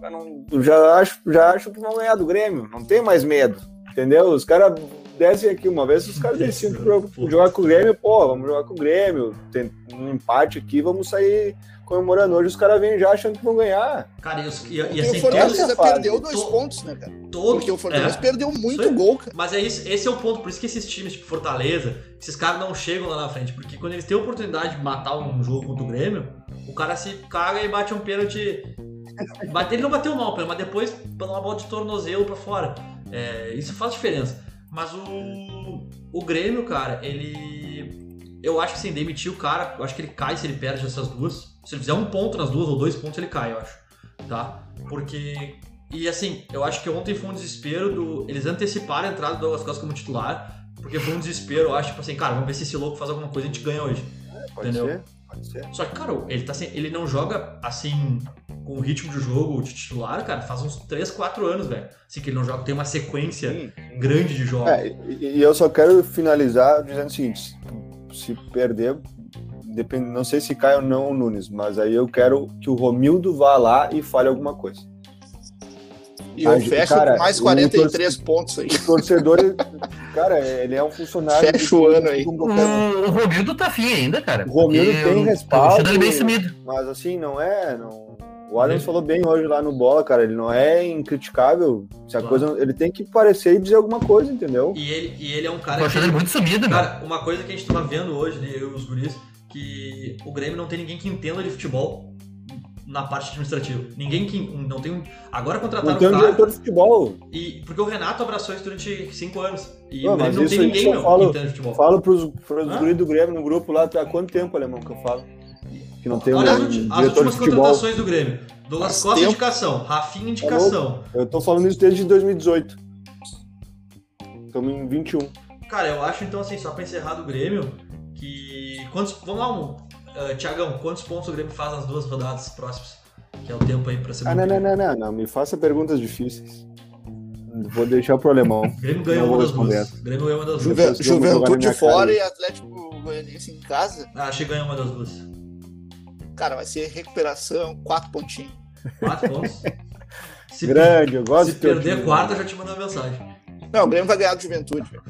já não- já, acho, já acho que vão ganhar do Grêmio. Não tem mais medo. Entendeu? Os caras descem aqui uma vez, os caras decidem pro- pro jogar com o Grêmio, pô, vamos jogar com o Grêmio. Tem um empate aqui, vamos sair comemorando hoje. Os caras vêm já achando que vão ganhar.
Cara, e, os- e, e
E
assim,
o
todos.
Fortaleza
fase.
perdeu dois
Tô-
pontos, né, cara?
todos
Porque o Fortaleza
é.
perdeu
Isso
muito
aí.
gol, cara.
Mas é isso, esse é o ponto. Por isso que esses times, tipo Fortaleza, esses caras não chegam lá na frente. Porque quando eles têm a oportunidade de matar um jogo contra o Grêmio, o cara se caga e bate um pênalti. Bate- Ele não bateu mal, pênalti, mas depois pela uma bola de tornozelo pra fora. É, isso faz diferença. Mas o, o Grêmio, cara, ele. Eu acho que sem demitir o cara, eu acho que ele cai se ele perde essas duas. Se ele fizer um ponto nas duas ou dois pontos, ele cai, eu acho. Tá? Porque e assim, eu acho que ontem foi um desespero do. Eles anteciparam a entrada do Douglas Costa como titular, porque foi um desespero, eu acho, tipo assim, cara, vamos ver se esse louco faz alguma coisa e a gente ganha hoje.
Pode
Entendeu?
ser, pode ser.
Só que, cara, ele, tá sem- ele não joga assim, com o ritmo de jogo de titular, cara, faz uns 3, 4 anos, velho. Assim, que ele não joga, tem uma sequência
Sim.
grande de jogos.
É, e, e eu só quero finalizar dizendo o seguinte: se perder, depende, não sei se cai ou não o Nunes, mas aí eu quero que o Romildo vá lá e fale alguma coisa.
E eu
Mas,
fecho
cara,
com mais
o
43 pontos aí.
O torcedor, ele- cara, ele é um funcionário.
Fecha
de-
o ano aí.
com qualquer um.
O, o Romildo tá fim ainda, cara.
O Romildo
E
tem
eu-
respaldo.
Tô deixando ele é bem sumido.
Mas assim, não é. Não... O Adams
Ele-
falou bem hoje lá no bola, cara. Ele não é incriticável. Se a
Claro.
coisa, ele tem que parecer e dizer alguma coisa, entendeu?
E, ele, e ele é um
Tô
cara que.
achando ele muito né? sumido, meu.
Cara, uma coisa que a gente tava vendo hoje, né, eu e os guris, que o Grêmio não tem ninguém que entenda de futebol na parte administrativa. Ninguém que. Não tem um. Agora contrataram
Não tem
o
um
cara.
diretor de futebol.
E, porque o Renato abraçou isso durante cinco anos. E
Não,
o Grêmio
mas
não
isso
tem
aí
ninguém,
só
meu,
falo-
que entende de futebol.
Falo pros, pros
Hã?
é guris do Grêmio no grupo lá, tá há quanto tempo, alemão, que eu falo? que não tem um
Olha as, ulti- as
diretor de
últimas
futebol. Tá
contratações do Grêmio. Douglas
Faz
Costa,
tempo.
indicação. Rafinha, indicação.
Eu tô falando isso desde 2018. Estamos em 21.
Cara, eu acho então assim, só pra encerrar do Grêmio, que. Quantos... Vamos lá, um. ah, Tiagão, quantos pontos o Grêmio faz nas duas rodadas próximas? Que é o tempo aí pra ser.
Ah, não, não, não, não, não. Me faça perguntas difíceis. Vou deixar pro alemão.
O Grêmio ganhou
Não
uma
vou
das duas.
responder.
O Grêmio ganhou uma das duas.
Juve-
Juve- Deus, vamos jogar na
Juventude
minha
fora
cara.
e Atlético Goianiense em casa,
Ah, achei que ganhou uma das duas.
cara, vai ser recuperação, quatro pontinhos.
Quatro pontos. Se,
Grande, eu gosto um
se
do teu
perder
time.
quarta, eu já te mando uma mensagem.
Não, o Grêmio vai ganhar do Juventude. velho.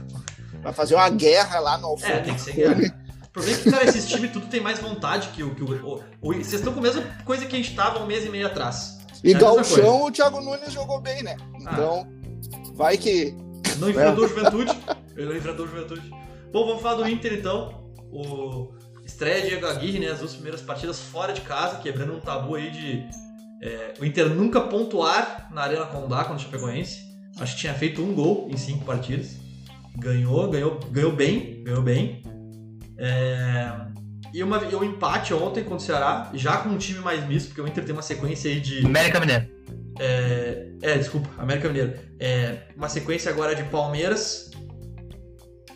Vai fazer uma guerra lá no
É,
Alfredo.
tem que ser guerra. O problema é que, cara, esses times tudo tem mais vontade que o. Que o, o- o- vocês estão com a mesma coisa que a gente tava um mês e meio atrás.
e
é a mesma
Galchão, o Thiago Nunes jogou bem, né?
Ah.
Então, vai que.
Não enfrentou a juventude. Ele não enfrentou a juventude. Bom, vamos falar do Inter então. O estreia Diego Aguirre, né? As duas primeiras partidas fora de casa, quebrando um tabu aí de. é, o Inter nunca pontuar na Arena Condá contra o Chapecoense. Acho que tinha feito um gol em cinco partidas. Ganhou, ganhou, ganhou bem, ganhou bem. É, e, uma, e um empate ontem contra o Ceará, já com um time mais misto, porque o Inter tem uma sequência aí de.
América Mineiro.
É, é, desculpa, América Mineiro. É, uma sequência agora de Palmeiras,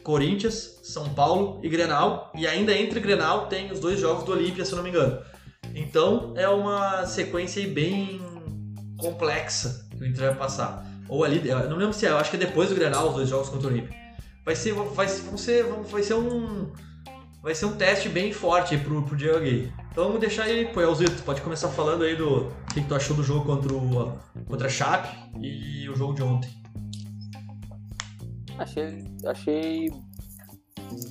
Corinthians, São Paulo e Grenal. E ainda entre Grenal tem os dois jogos do Olímpia, se eu não me engano. Então é uma sequência aí bem complexa que o Inter vai passar. Ou ali, eu não lembro se é, eu acho que é depois do Grenal os dois jogos contra o Olímpia. Vai ser, vai, vão ser, vão- vai ser um, vai ser um teste bem forte aí pro, pro Diego Gay. Então vamos deixar aí, pô, Elzito, pode começar falando aí do o que, que tu achou do jogo contra o contra a Chape e o jogo de ontem.
Achei, achei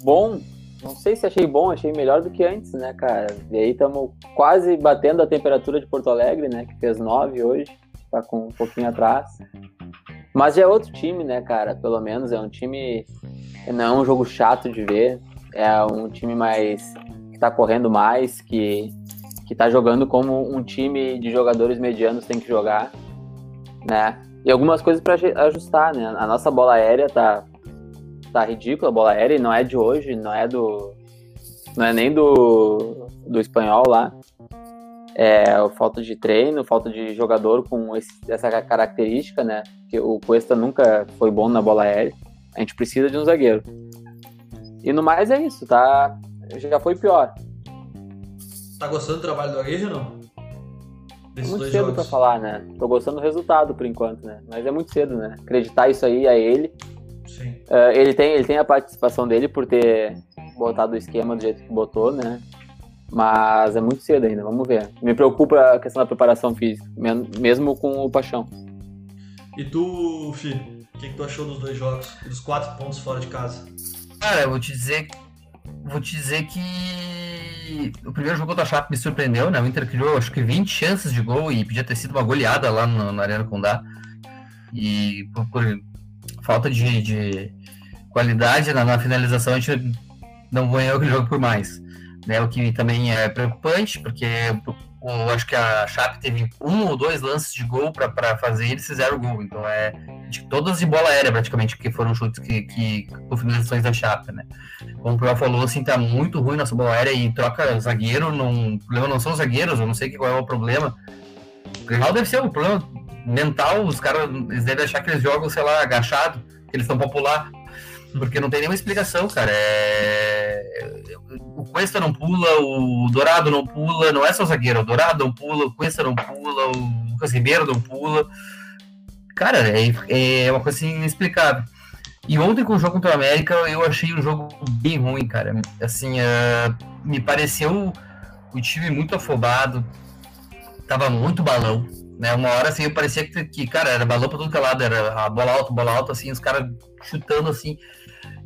bom. Não sei se achei bom, achei melhor do que antes, né, cara? E aí estamos quase batendo a temperatura de Porto Alegre, né? Que fez 9 hoje, tá com um pouquinho atrás. Mas já é outro time, né, cara? Pelo menos é um time. Não é um jogo chato de ver. É um time mais. que tá correndo mais, que, que tá jogando como um time de jogadores medianos tem que jogar, né? E algumas coisas para ajustar, né? A nossa bola aérea tá tá ridícula a bola aérea, e não é de hoje, não é do. Não é nem do, do espanhol lá. É o falta de treino, falta de jogador com esse- essa ca- característica, né? Porque o Cuesta nunca foi bom na bola aérea. A gente precisa de um zagueiro. E no mais é isso, tá? Já foi pior.
Tá gostando do trabalho do Aguirre ou não? Desses
muito
dois
cedo
jogos.
pra falar, né? Tô gostando do resultado por enquanto, né? Mas é muito cedo, né? Acreditar isso aí a ele.
Sim.
Uh, ele, tem, ele tem a participação dele por ter botado o esquema do jeito que botou, né? Mas é muito cedo ainda, vamos ver. Me preocupa a questão da preparação física, men- mesmo com o Paixão.
E tu, Fi, o que, que tu achou dos dois jogos? E Dos quatro pontos fora de casa?
Cara, eu vou te dizer. Vou te dizer que. O primeiro jogo da Chape me surpreendeu, né? O Inter criou acho que 20 chances de gol e podia ter sido uma goleada lá no- na Arena Condá. E por, por falta de, de qualidade na, na finalização, a gente não ganhou aquele jogo por mais. Né? O que também é preocupante, porque eu acho que a Chape teve um ou dois lances de gol para fazer e eles fizeram o gol. Então é de- todas de bola aérea praticamente, que foram chutes que, que com finalizações da Chapa, né? Como o Proel falou, assim, tá muito ruim nossa bola aérea e troca zagueiro, não, o problema não são os zagueiros, eu não sei que- qual é o problema. O Grenal deve ser um problema mental, os caras, eles devem achar que eles jogam, sei lá, agachado, que eles estão popular, porque não tem nenhuma explicação, cara, é... O Cuesta não pula, o Dourado não pula, não é só zagueiro, o Dourado não pula, o Cuesta não pula, o Lucas Ribeiro não pula, Cara, é, é uma coisa assim inexplicável. E ontem com o jogo contra o América, eu achei o jogo bem ruim, cara. Assim, ah, me pareceu o time muito afobado. Tava muito balão, né? Uma hora assim, eu parecia que, que, cara, era balão pra tudo que é lado, era a bola alta, bola alta, assim, os caras chutando assim.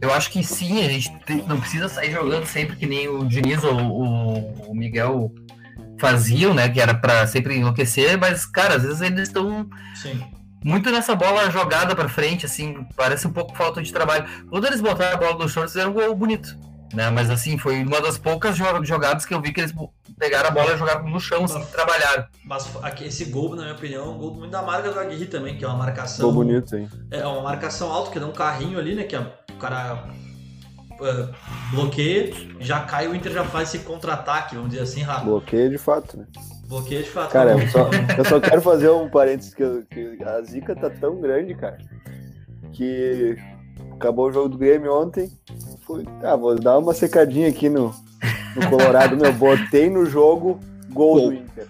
Eu acho que sim, a gente te- não precisa sair jogando sempre que nem o Diniz ou o, o Miguel faziam, né? Que era pra sempre enlouquecer, mas, cara, às vezes eles estão
Sim.
muito nessa bola jogada pra frente, assim, parece um pouco falta de trabalho. Quando eles botaram a bola no chão, eles fizeram um gol bonito, né? Mas assim, foi uma das poucas jo- jogadas que eu vi que eles bo- pegaram a bola e jogaram no chão, assim, trabalharam.
Mas aqui, esse gol, na minha opinião, é um gol muito da marca do Aguirre também, que é uma marcação.
Ficou bonito, hein?
É uma marcação alta, que dá um carrinho ali, né? Que a- o cara eh, bloqueia, já cai, o Inter já faz esse contra-ataque, vamos dizer assim, rápido.
Bloqueio de fato, né?
Bloqueia de fato.
Cara, eu
é
só, eu só quero fazer um parênteses que, eu- que a zica tá tão grande, cara, que acabou o jogo do Grêmio ontem. Fui, tá, vou dar uma secadinha aqui no, no Colorado, meu. Botei no jogo gol
Gol.
do Inter.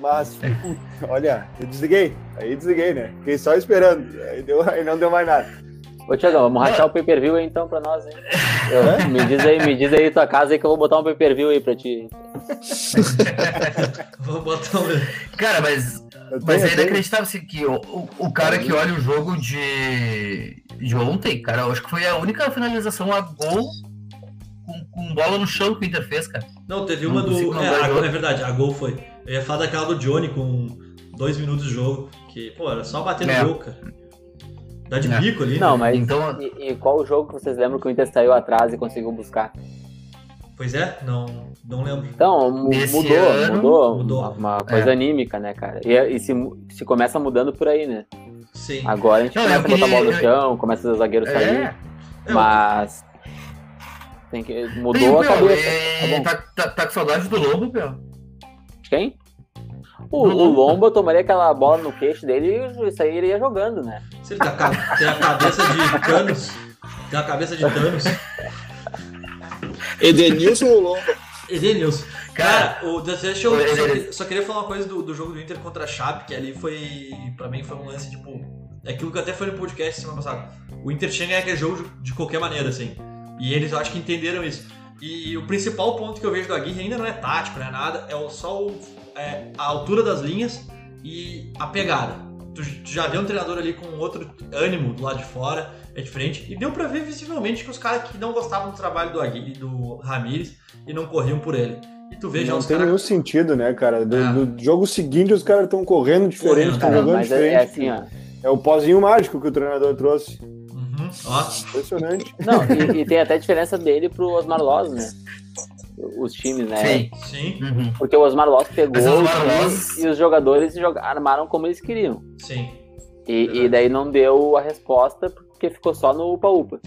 Mas, fico- olha, eu desliguei. Aí desliguei, né? Fiquei só esperando. Aí, deu, aí não deu mais nada.
Ô, Tiagão, vamos rachar o pay-per-view aí então pra nós, hein?
É?
Eu- me diz aí, me diz aí tua casa aí que eu vou botar um pay-per-view aí pra ti.
Vou botar um...
Cara, mas,
Eu
mas
tenho-
é
eu tenho-
inacreditável assim, que o, o, o cara que olha o jogo de, de ontem, cara, eu acho que foi a única finalização a gol com, com bola no chão que o Inter fez, cara.
Não, teve
Não
uma
consigo
do. É,
lembrar
a
de
gol-
outra.
é verdade, a gol foi. Eu ia falar daquela do Johnny com dois minutos de jogo, que, pô, era só bater
É.
no gol, cara. Dá de
É.
bico ali.
Não,
né?
mas.
Então-
E, e qual o jogo que vocês lembram que o Inter saiu atrás e conseguiu buscar?
Pois é, não, não lembro.
Então, mu-
Nesse
mudou,
ano, É.
mudou,
mudou.
Uma, uma coisa anímica, né, cara? E, e se, mu- se começa mudando por aí, né?
Sim.
Agora a gente
Não, é
começa a
eu
botar a
queria-
bola no
eu-
chão, começa os zagueiros sair,
É,
mas. Tem que,
Sim,
mudou a
meu,
cabeça.
é-
Tá bom.
tá, tá- tá com saudade do Lobo, meu.
Quem? O, o Lomba, eu tomaria aquela bola no queixo dele e isso aí ele ia jogando, né?
Se ele tá ca- tem a cabeça de Thanos. Tem a cabeça de Thanos.
Edenilson ou Lomba?
é
Edenilson. Cara, o, deixa
Oi,
eu só,
Edenilson.
só queria falar uma coisa do, do jogo do Inter contra a Chape, que ali foi, pra mim, foi um lance, tipo, é aquilo que até foi no podcast semana passada. O Inter tinha que ganhar aquele jogo de, de qualquer maneira, assim. E eles, eu acho que entenderam isso. E o principal ponto que eu vejo do Aguirre ainda não é tático, não é nada, é o- só o- é, a altura das linhas e a pegada. Tu, tu já vê um treinador ali com outro ânimo do lado de fora, é diferente. E deu pra ver visivelmente que os caras que não gostavam do trabalho do Aguirre, do Ramires e não corriam por ele. E tu vê já
Não
os
tem
caras
nenhum sentido, né, cara? Do,
Ah.
do jogo seguinte, os caras estão correndo diferente,
Correndo,
estão
cara,
jogando
mas é,
diferente.
é assim, ó.
É o pozinho mágico que o treinador trouxe.
Uhum, ó.
Impressionante.
Não, e, e tem até diferença dele pro Osmar Loz, né? Os times, né?
Sim.
Sim,
Uhum.
Porque o Osmar Loz pegou
Mas o
o
Osmar
time
Loz-
e os jogadores joga- armaram como eles queriam.
sim.
E, e daí não deu a resposta porque ficou só no upa-upa.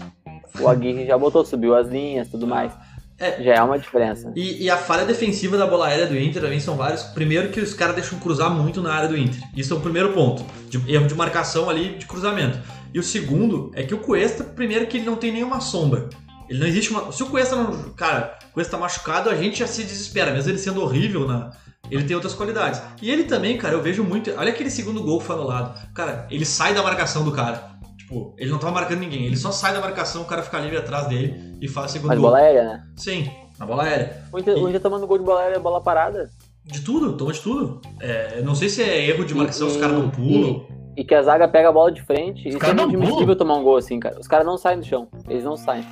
O Aguirre já botou, subiu as linhas tudo mais.
É.
Já é uma diferença.
E, e a falha defensiva da bola aérea do Inter também são vários. Primeiro que os caras deixam cruzar muito na área do Inter. Isso é o primeiro ponto. De, erro de marcação ali de cruzamento. E o segundo é que o Cuesta, primeiro que ele não tem nenhuma sombra. Ele não existe uma. Se o Cuesta não. Cara, o Cuesta tá machucado, a gente já se desespera, mesmo ele sendo horrível na. Ele tem outras qualidades. E ele também, cara, eu vejo muito. Olha aquele segundo gol que foi anulado. Cara, ele sai da marcação do cara. Tipo, ele não tava marcando ninguém. Ele só sai da marcação, o cara fica livre atrás dele e faz o segundo
Mas
gol.
bola aérea, né?
Sim, na bola aérea.
O Inter, o Inter tomando gol de bola aérea, bola parada.
De tudo, toma de tudo. É, eu não sei se é erro de
E-
marcação, os
e-
caras não pulam.
E que a zaga pega a bola de frente. Isso é
caras não
inadmissível
pulam.
tomar um gol assim, cara. Os caras não saem do chão. Eles não saem.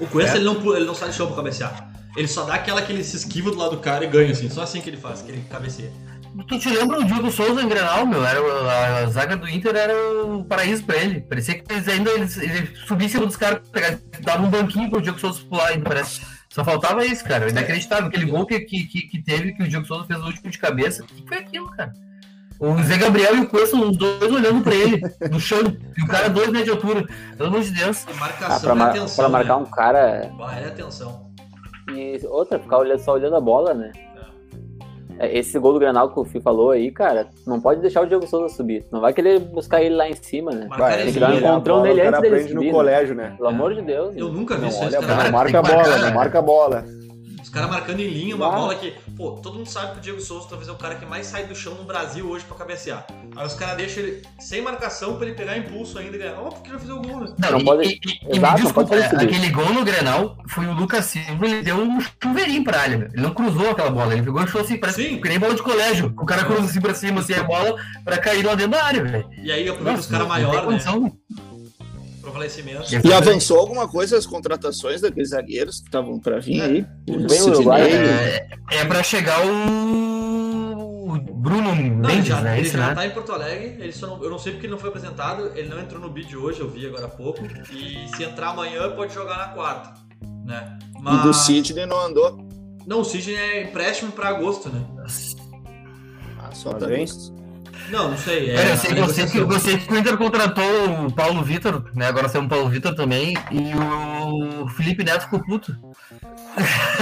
O Cuesta,
É.
ele, não pula, ele não sai do chão pra cabecear. Ele só dá aquela que ele se esquiva do lado do cara e ganha, assim. Só assim que ele faz, que ele cabeceia.
Tu te lembra o Diogo Souza em Grenal, meu? Era, o- a, a zaga do Inter era um paraíso pra ele. Parecia que eles ainda eles, eles subiam em cima dos caras, pegavam- davam um banquinho pro Diogo Souza pular ainda, parece. Só faltava isso, cara. Inacreditável. Aquele gol que, que, que, que teve, que o Diogo Souza fez o último de cabeça. O que foi aquilo, cara? O Zé Gabriel e o Cuesta, os dois olhando pra ele, no chão. E o cara dois metros de altura. Pelo amor de Deus.
E
Ah,
marcação
pra, mar-
é atenção.
pra marcar
né?
um cara.
Bola aérea é atenção.
E outra, ficar olhando, só olhando a bola, né? É, Esse gol do Granal que o Fih falou aí, cara, não pode deixar o Diego Souza subir. Não vai querer buscar ele lá em cima, né?
Marcar
Vai,
ele
tem que
subir.
dar um encontrão nele antes dele aprende
subir,
no
né?
colégio, né?
Pelo amor de Deus.
Eu
né?
nunca vi
Não,
isso. é
olha,
esse cara-
não
tem
marca
que
a bola,
marcar,
não
né?
marca a bola.
Os caras marcando em linha, uma
Claro.
bola que. Pô, todo mundo sabe que o Diego Souza talvez é o cara que mais sai do chão no Brasil hoje pra cabecear. Aí os caras deixam ele sem marcação pra ele pegar impulso ainda e ganhar. Ó, porque ele vai fazer o gol, né?
Não
e-
pode-
e- e me
Exato, não
desculpa,
pode fazer isso.
aquele gol no Grenal foi o Lucas Silva, ele deu um chuveirinho pra área, meu. ele não cruzou aquela bola, ele pegou e achou assim, parece
Sim.
que nem bola de colégio, o cara cruza assim pra cima, assim, a bola pra cair lá dentro da área, velho.
E aí aproveita os caras
Nossa, não tem
maiores, né?
condição.
Fortalecimento.
E avançou alguma coisa as contratações daqueles zagueiros que estavam pra vir
É,
aí? O
Bem uruguaio,
Sidney,
É, é pra chegar o, o Bruno
Não, ele
Mendes,
já,
né,
ele
isso,
já
né?
tá em Porto Alegre, ele só não- eu não sei porque ele não foi apresentado, ele não entrou no bid hoje, eu vi agora há pouco. E se entrar amanhã, pode jogar na quarta, né?
E do Sidney não andou.
tá
Não, o Sidney é empréstimo pra agosto, né?
Ah, só
Mas
tá
vem.
visto.
Não, não sei. É,
Cara, eu, sei,
a
eu, sei que, eu
negociação.
sei que o Inter contratou o Paulo Vitor, né? Agora tem o Paulo Vitor também, e o Felipe Neto ficou puto.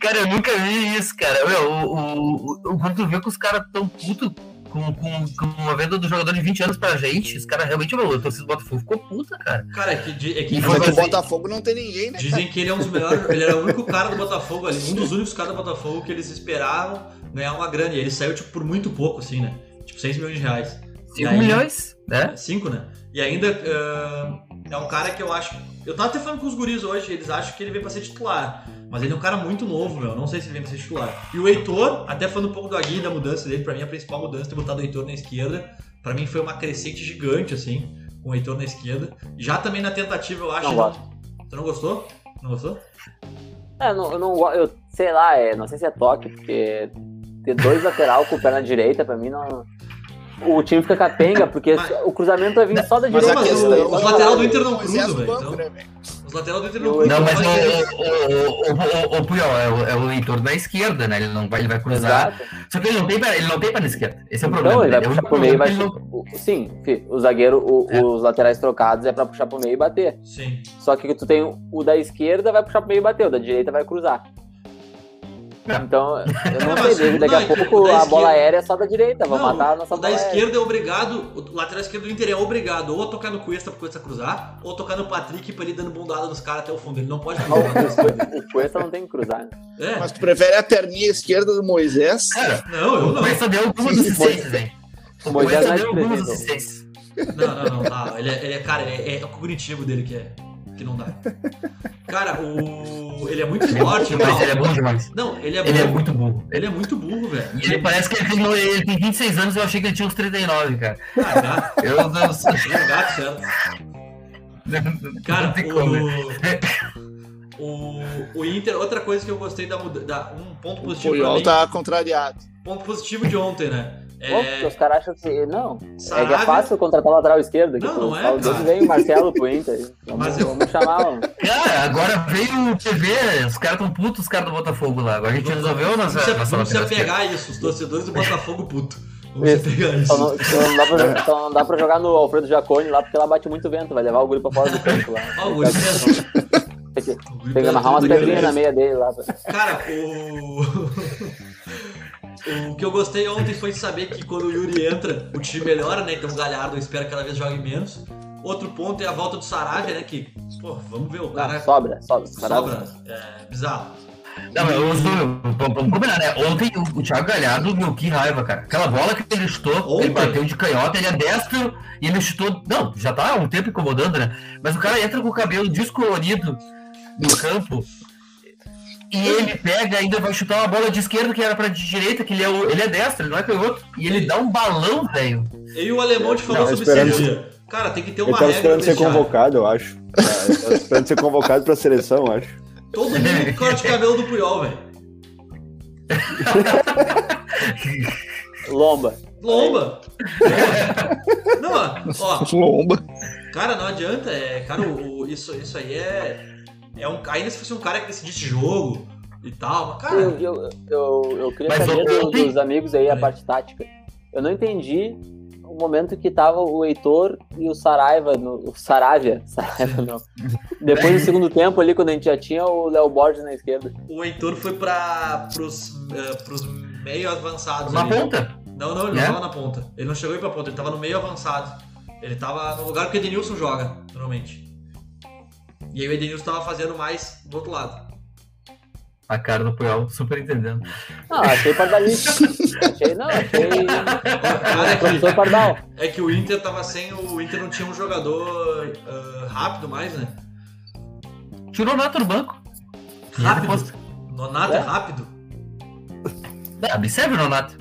cara, eu nunca vi isso, cara. Meu, o, o, o- quando tu vê que os caras tão puto com, com, com a venda do jogador de 20 anos pra gente, os caras realmente, meu, a torcida do Botafogo ficou puta, cara.
Cara, é que, di- é que
E
Mas
foi
no Botafogo não tem ninguém, né?
dizem que ele é um dos melhores. Ele era o único cara do Botafogo ali, um dos únicos caras do Botafogo que eles esperavam ganhar uma grana. E ele saiu, tipo, por muito pouco, assim, né? Tipo, 6 milhões de reais.
5
aí?
milhões, né?
5, né? E ainda ah, é um cara que eu acho. Eu tava até falando com os guris hoje, eles acham que ele vem pra ser titular. Mas ele é um cara muito novo, meu. Não sei se ele vem pra ser titular. E o Heitor, até falando um pouco do Agui e da mudança dele, pra mim a principal mudança é ter botado o Heitor na esquerda. Pra mim foi uma crescente gigante, assim, com o Heitor na esquerda. Já também na tentativa, eu acho.
Não gosto.
Tu não gostou? Não gostou?
É, eu não, eu não go- eu sei lá, é, não sei se é toque, porque ter dois lateral com o pé na direita, pra mim, não. O time fica capenga, porque
Mas-
o cruzamento vai vir só da
Mas
direita.
a questão-
do-
o lateral do Inter não
é, Moisés
cruza, velho,
banco,
então.
né, velho?
Os lateral do Inter
Eu-
não
Não, mas é- o,
mas ele-
o, o, o, o, o Puyol é o, é o Heitor da esquerda, né? Ele não vai, ele vai cruzar.
Exato.
Só que ele não tem perna, ele não tem perna esquerda. Esse é o problema.
Então ele vai
né?
puxar
O
pro meio e vai.
problema é que
o- Sim, fi, o zagueiro, o-
É.
os laterais trocados é pra puxar pro meio e bater.
Sim.
Só que tu tem o da esquerda vai puxar pro meio e bater, o da direita vai cruzar.
Não.
Então, eu
Não,
não
mas-
sei, David, daqui
não, é
a
que o
pouco
da
a
esquerda-
bola aérea é só da direita, vão
Não,
matar a nossa
o da
bola aérea.
esquerda é obrigado, o lateral esquerdo do Inter é obrigado ou a tocar no Cuesta pro Cuesta cruzar, ou tocar no Patrick pra ele dando bundada nos caras até o fundo. Ele não pode
Não,
cruzar.
O o Cuesta não tem que cruzar, né?
é,
Mas tu prefere a perninha esquerda do Moisés?
Cara,
não, eu não.
o Cuesta deu algumas
Sim,
assistências, hein? O
Moisés
Cuesta
não é
deu algumas
desprezível.
assistências.
Não, não, não dá. Ele é, ele é- cara, ele é, é o cognitivo dele que é que não dá. Cara, o ele é muito forte,
Mas ele é
não.
bom demais.
Não, ele é,
Ele é
burro.
muito burro.
ele é muito burro, velho.
E ele é parece que ele, tem- ele tem 26 anos eu achei que ele tinha uns 39, cara.
Ah, gato,
Eu não sei.
ele é gato, certo? Cara,
não tem como, né?
o... o. O Inter, outra coisa que eu gostei da muda- da- Um ponto
O
positivo. pra
Puyol
mim,
tá contrariado.
Ponto positivo de ontem, né?
Pô, porque os caras acham que. Não, é que
Sarabia-
é fácil contratar lateral esquerdo. Que
Não,
tu
não é,
fala,
cara.
"Deus, vem o Marcelo pro Inter. Vamos,
Mas eu-
vamos chamar, mano.
Cara, agora veio o TV, os caras tão putos, os caras do Botafogo lá. Agora a gente resolveu a nossa.
Vamos se-
nossa
Vamos se
lateral tá esquerda.
apegar a isso, os torcedores do Botafogo puto. Vamos se apegar a isso.
Só Então não, só não dá pra, jo- só não dá pra jogar no Alfredo Jacone lá, porque ela bate muito vento, vai levar o guri pra fora do campo lá.
Ó, o Guri Pedro. O Guri tá
Tem que
Pedro
amarrar umas
do Rio
pedrinhas na
Grande.
meia dele lá.
Cara, o. O que eu gostei ontem foi de saber que quando o Yuri entra, o time melhora, né? Então o Galhardo eu espero que cada vez jogue menos. Outro ponto é a volta do Saravia, né? Que, pô, vamos
Ah,
ver, o cara
Sobra, sobra.
sobra. É bizarro.
Não, mas eu sou- eu- vamos combinar, né? Ontem o, o Thiago Galhardo, meu, que raiva, cara. Aquela bola que ele chutou,
Ontem?
ele bateu de canhota, ele é destro e ele chutou. Não, já tá há um tempo incomodando, né? Mas o cara entra com o cabelo descolorido no campo e ele pega ainda vai chutar uma bola de esquerda que era pra de direita, que ele é, o, ele é destro, ele não é canhoto. E ele dá um balão, velho.
E o alemão te falou
Não,
sobre
esperando-
cirurgia. Cara, tem que ter
Ele
uma
tava
regra.
esperando
no
ser
vestiário.
convocado, eu acho. Ah, Ele tava esperando ser convocado pra seleção, eu acho.
Todo mundo com corte de cabelo do Puyol, velho.
Lomba.
Lomba! Não, ó,
Lomba.
Cara, não adianta. É, cara, o, o- isso, isso aí é. é um, ainda se fosse um cara que decidisse jogo e tal, mas, cara.
Eu, eu, eu, eu queria
Mas
saber
ontem-
do- dos amigos aí a
Peraí.
parte tática. Eu não entendi o momento que tava o Heitor e o Saraiva, no, o Saravia, Saraiva não. Depois do segundo tempo ali, quando a gente já tinha o Léo Borges na esquerda.
O Heitor foi pra, pros, eh, pros meio avançados.
Na
ali. né?
ponta.
Não, não, ele
Né?
não tava na ponta. Ele não chegou aí pra ponta, ele tava no meio avançado. Ele tava no lugar que o Edenilson joga, normalmente. E aí o Edenilson tava fazendo mais do outro lado.
A cara do Puyol, super entendendo.
Não, achei pardalista. achei, não, achei
Cara, que-
professor Pardal.
É que o Inter tava sem. O Inter não tinha um jogador ah, rápido mais, né?
Tirou o Nato do banco.
Rápido. Nonato é,
É.
rápido.
Ah, observe o Nonato.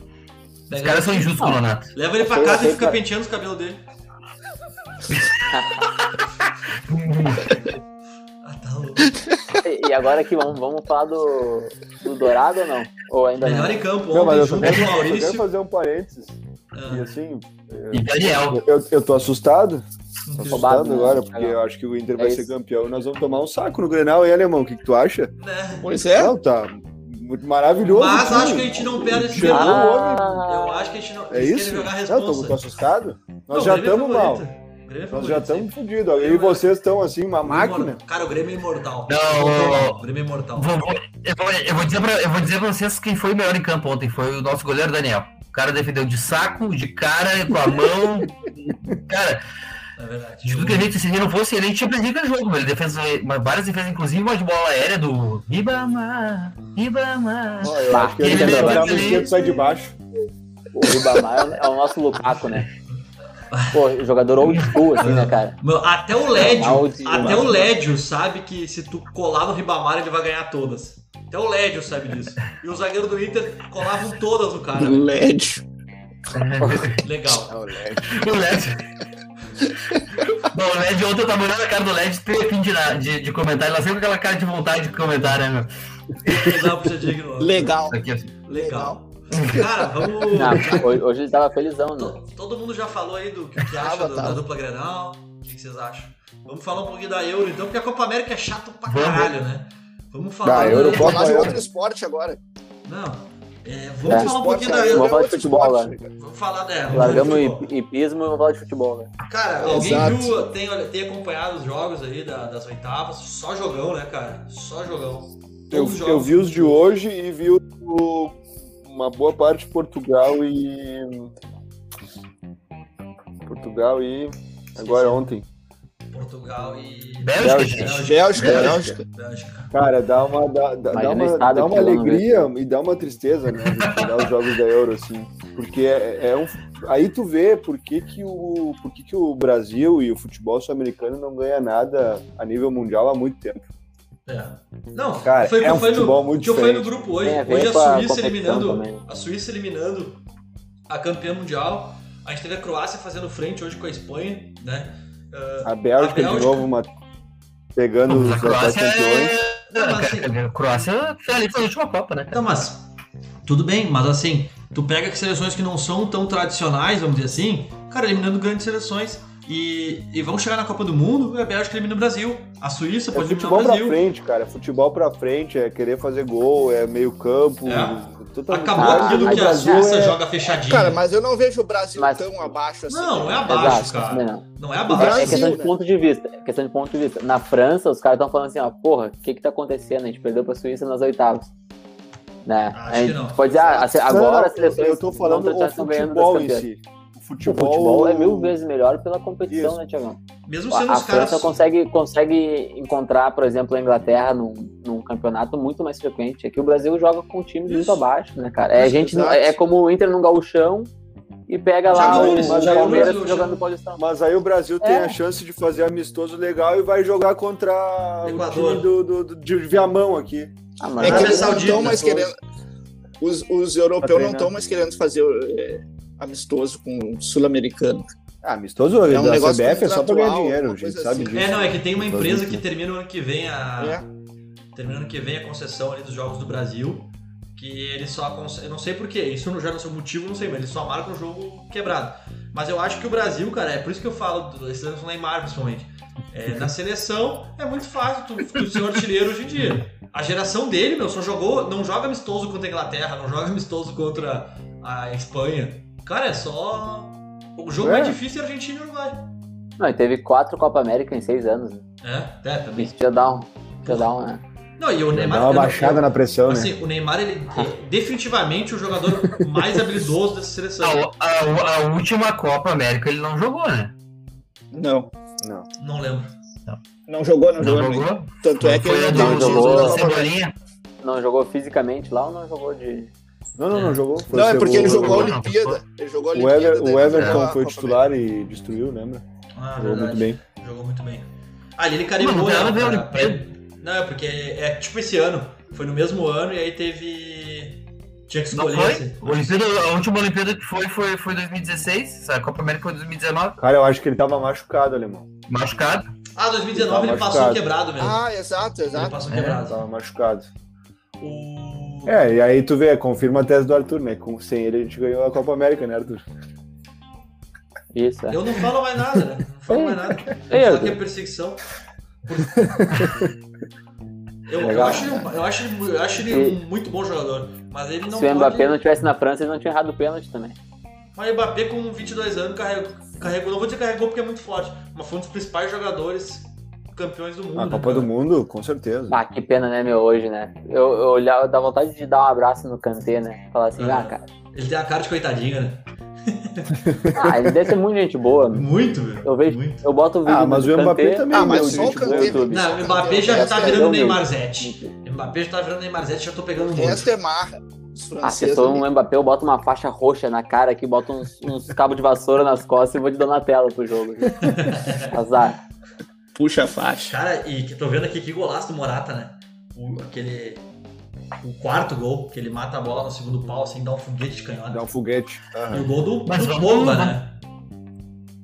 Os
Pega-
caras são injustos com o Nonato.
Leva ele pra
Eu
casa e
sei
fica
pra-
penteando os cabelos dele. Ah, tá louco.
E e agora aqui, vamos, vamos falar do, do Dourado ou não? Ou ainda não?
Melhor em campo
Não,
ontem,
mas eu só
junto
quero,
com o
eu só quero
Maurício.
fazer um parênteses. E
Ah,
assim,
E Daniel.
eu, eu tô assustado. Tô
entendi.
assustado
né?
agora, porque
Legal.
eu acho que o Inter
É
vai
isso.
ser campeão e nós vamos tomar um saco no Grenal, hein, Alemão? O que, que tu acha?
Né?
Pois é.
Não, tá Maravilhoso.
Mas
time.
acho que a gente não perde esse
Chegou
debate.
o homem.
Ah.
Eu acho que a gente não.
É
eles querem
isso?
jogar a
Não, tô, tô
responsa.
assustado. Nós
Não,
já
o Grêmio é
estamos mal.
favorito. O Grêmio é
Nós
favorito,
já estamos
sempre.
fodidos. Eu e vocês estão assim, uma máquina.
Cara, o Grêmio é imortal.
Não.
O Grêmio é imortal.
Vou- vou- eu, vou, eu vou dizer pra, eu vou dizer pra vocês quem foi o melhor em campo ontem. Foi o nosso goleiro Daniel. O cara defendeu de saco, de cara, com a mão. cara,
Na é verdade.
de tudo que a gente, se ele não fosse ele, a gente tinha perdido o jogo. Ele defez uma- várias defesas, inclusive uma de bola aérea do Ribamar. Ribamar.
Ó, eu
Tá.
acho que ele
Ele
vai
lembra
entrar no
também.
esquerdo e sai de baixo.
O Ribamar é o- é o nosso Lukaku, né? Pô, jogador old school, assim, né, cara?
Mano, até o Lédio,
Ronaldo,
até
mano.
o Lédio sabe que se tu colar no Ribamar ele vai ganhar todas. Até o Lédio sabe disso. E o zagueiro do Inter colavam todas o cara.
Uhum. LED. É
Legal.
O LED. Bom, o LED ontem eu tava olhando a cara do LED ter fim de, na- de, de comentar. Ela sempre com aquela cara de vontade de comentar, né, meu? Isso
Legal pra você digno.
É Legal.
Aqui, assim.
Legal. Cara, vamos.
Não, hoje, Ah, hoje ele tava felizão, né?
To- Todo mundo já falou aí do que, que acha
Tava,
do- da
tava.
dupla Grenal. O que, que vocês acham? Vamos falar um pouquinho da Euro então, porque a Copa América é chato pra
Vamos.
caralho, né? Vamos falar.
Da Euro,
da-
Copa
Falar de
Euro.
outro esporte agora.
Não. É, vamos
É,
falar um pouquinho da
cara,
Euro.
Vamos falar de
outro
futebol,
esporte, cara.
Vamos falar da Euro.
Largamos
Vamos pro
o hipismo e vamos falar de futebol, né?
Cara, alguém
Exato.
viu, tem, olha, tem acompanhado os jogos aí da- das oitavas? Só jogão, né, cara? Só jogão. Todos
Eu,
os jogos.
eu vi os de hoje e vi o- uma boa parte de Portugal e. Portugal e. Agora ontem.
Portugal e.
Bélgica,
Bélgica.
gente.
Bélgica,
Bélgica.
Bélgica.
Bélgica.
Cara, dá uma, dá, dá- dá
Imagina o
uma,
estado
dá
que
uma
eu não
alegria e dá uma tristeza, né? de Jogar os jogos da Euro, assim. Porque é, é um. Aí tu vê por que, que, o, por que, que o Brasil e o futebol sul-americano não ganha nada a nível mundial há muito tempo.
É. Não,
Cara,
foi,
é um
foi
futebol
no,
muito
que foi no
diferente.
grupo hoje.
Tem a ver
Hoje a
com a
Suíça
competição
eliminando.
né?
também.
A Suíça eliminando a campeã mundial. A gente teve a Croácia fazendo frente hoje com a Espanha, né? Ah,
A Bélgica,
A Bélgica.
de novo, uma- pegando os
A Croácia
atuais campeões.
é...
Não, mas assim-
A Croácia foi ali pra última Copa, né?
Não, mas tudo bem, mas assim, tu pega que seleções que não são tão tradicionais, vamos dizer assim, cara, eliminando grandes seleções e, e vão chegar na Copa do Mundo, e a Bélgica elimina o Brasil, a Suíça
É
pode eliminar
futebol
o
pra
Brasil.
frente, cara. É Futebol pra frente, é querer fazer gol, é meio campo.
É.
totalmente-
Acabou
Ah,
aquilo
mas
que a
o
tá Brasil
Suíça
é-
joga fechadinho.
Cara, mas eu não vejo o Brasil
Mas-
tão abaixo assim.
Não, não é
Exato,
abaixo,
isso
cara.
né?
também não.
Não é
É
abaixo.
Brasil,
questão de
né?
ponto de vista. É questão de ponto de vista. Na França, os caras estão falando assim, ó, porra, o que que tá acontecendo? A gente perdeu pra Suíça nas oitavas. Né?
Acho
a gente
que não.
Pode dizer, ah, a se-
Não, não,
agora
não,
as seleções
Eu tô falando
não tá,
o
estão ganhando das
futebol em
campeãs.
si. O
O
futebol,
futebol é mil vezes melhor pela competição,
Isso.
né, Tiagão?
Mesmo sendo
A, a
os caras.
França consegue, consegue encontrar, por exemplo, a Inglaterra num, num campeonato muito mais frequente. Aqui o Brasil joga com times
Isso.
muito abaixo, né, cara? É,
Isso,
gente,
exato.
é como o Inter num gauchão e pega
Joga
lá
no
o
Brasil, joga no
Palmeiras
Brasil,
jogando
joga- um.
Paulistão.
Mas aí o Brasil tem
É.
a chance de fazer amistoso legal e vai jogar contra
Equador.
o time do, do, do- de Viamão aqui.
Ah,
É
mas
Arábia
que eles não
Saudita,
estão mais
todos.
querendo. Os, os
Tá
europeus não
treinar.
né?
estão mais querendo fazer é, amistoso com o sul-americano.
Ah, amistoso
É
é
um
da
negócio
CBF é só pra ganhar
contratual,
dinheiro,
uma
gente,
coisa
sabe
assim.
É,
disso.
não, é que tem uma
Fazer
empresa
isso.
que termina o ano que vem a.
É.
Terminando que vem a concessão ali dos jogos do Brasil, que eles só consegue, eu não sei porquê, isso não já não sei o motivo, não sei, mas eles só marcam o jogo quebrado. Mas eu acho que o Brasil, cara, é por isso que eu falo, do- esses anos do Neymar principalmente. É, na seleção é muito fácil tu, tu ser um artilheiro hoje em dia. A geração dele, meu, só jogou, não joga amistoso contra a Inglaterra, não joga amistoso contra a Espanha. Cara, é só. O jogo
É.
mais difícil é Argentina e Uruguai.
Não, e teve quatro Copa América em seis anos. né?
É, é, também.
Isso já dá um. Já dá um né?
Não, e o
Dá
Neymar.
uma
eu não-
baixada na pressão, né?
Assim, o Neymar, ele é definitivamente o jogador mais habilidoso dessa seleção.
A, a- a última Copa América ele não jogou, né?
Não.
Não.
Não lembro.
Não jogou, não,
Não
jogou.
jogou?
né? Tanto é que
foi a
ele
do,
não
não
tem
do,
jogou,
título
do,
da
não.
Copa América.
Cebolinha.
Não jogou fisicamente lá ou não jogou de.
Não, não, não jogou. Foi
Não, é
seu-
porque ele
o-
jogou a
jogou, não,
Olimpíada. Ele jogou a
O,
Olimpíada.
Ever-
daí
o
não jogou
Everton
a
foi
Copa
titular e destruiu, lembra?
Ah,
Jogou muito
verdade.
bem.
Jogou muito bem. Ah, ele carimbou.
Mano, não tem nada a ver,
né,
Olimpíada.
pra- Não, é porque é tipo esse ano. Foi no mesmo ano e aí teve. Tinha que
Não
escolher.
foi?
assim.
Olimpíada, a última Olimpíada que foi foi, foi 2016, a Copa América foi 2019,
Cara, eu acho que ele tava machucado, alemão.
machucado.
Ah, 2019 ele
Ele tá
passou
machucado.
quebrado mesmo.
América. Ah, exato,
ele
exato.
passou
É,
quebrado.
Tava machucado.
O...
É, e aí tu vê, confirma a tese do Arthur, né? Com, sem ele a gente ganhou a Copa América, né, Arthur?
Isso, é.
Eu não falo mais nada, né? Não falo mais nada.
Ei,
Eu falo
Edu.
que é perseguição. Eu, eu
Legal.
acho, ele um- eu, acho, ele- eu acho ele um muito bom jogador. Mas ele não
Se o Mbappé
pode-
não tivesse na França, ele não tinha errado o pênalti também.
Mas o Mbappé com 22 anos carregou, carregou, não vou dizer carregou porque é muito forte, mas foi um dos principais jogadores campeões do mundo.
Ah, A
né,
Copa do
cara?
Mundo, com certeza.
Ah, que pena, né, meu, hoje, né? Eu, eu olhava, dá vontade de dar um abraço no Kanté, né? Falar
É.
assim, ah, cara,
Ele tem a cara de coitadinho, né?
ah, ele deve ser muito gente boa. meu.
Muito, velho.
Eu vejo-
Muito.
Eu boto o vídeo
Ah,
do
mas o
Kanté-
Mbappé também
Ah, mas só
meu,
o
gente boa
Kanté-
no YouTube.
Não, o Mbappé já
Essa
tá
é
virando
a minha.
Neymar Zete. O Mbappé já tá virando Neymar Zete, já tô pegando muito.
Esta é marra. Os
Ah, se
franceses.
eu sou
ali.
um Mbappé, eu boto uma faixa roxa na cara aqui, boto uns, uns cabos de vassoura nas costas e vou de Donatello pro jogo. Azar.
Puxa a faixa.
Cara, e que tô vendo aqui que golaço do Morata, né? O, aquele. O quarto gol, que ele mata a bola no segundo pau, assim, dá um foguete de canhota.
Dá um foguete.
E o gol do,
Mas
do
vamos-
Pogba, né?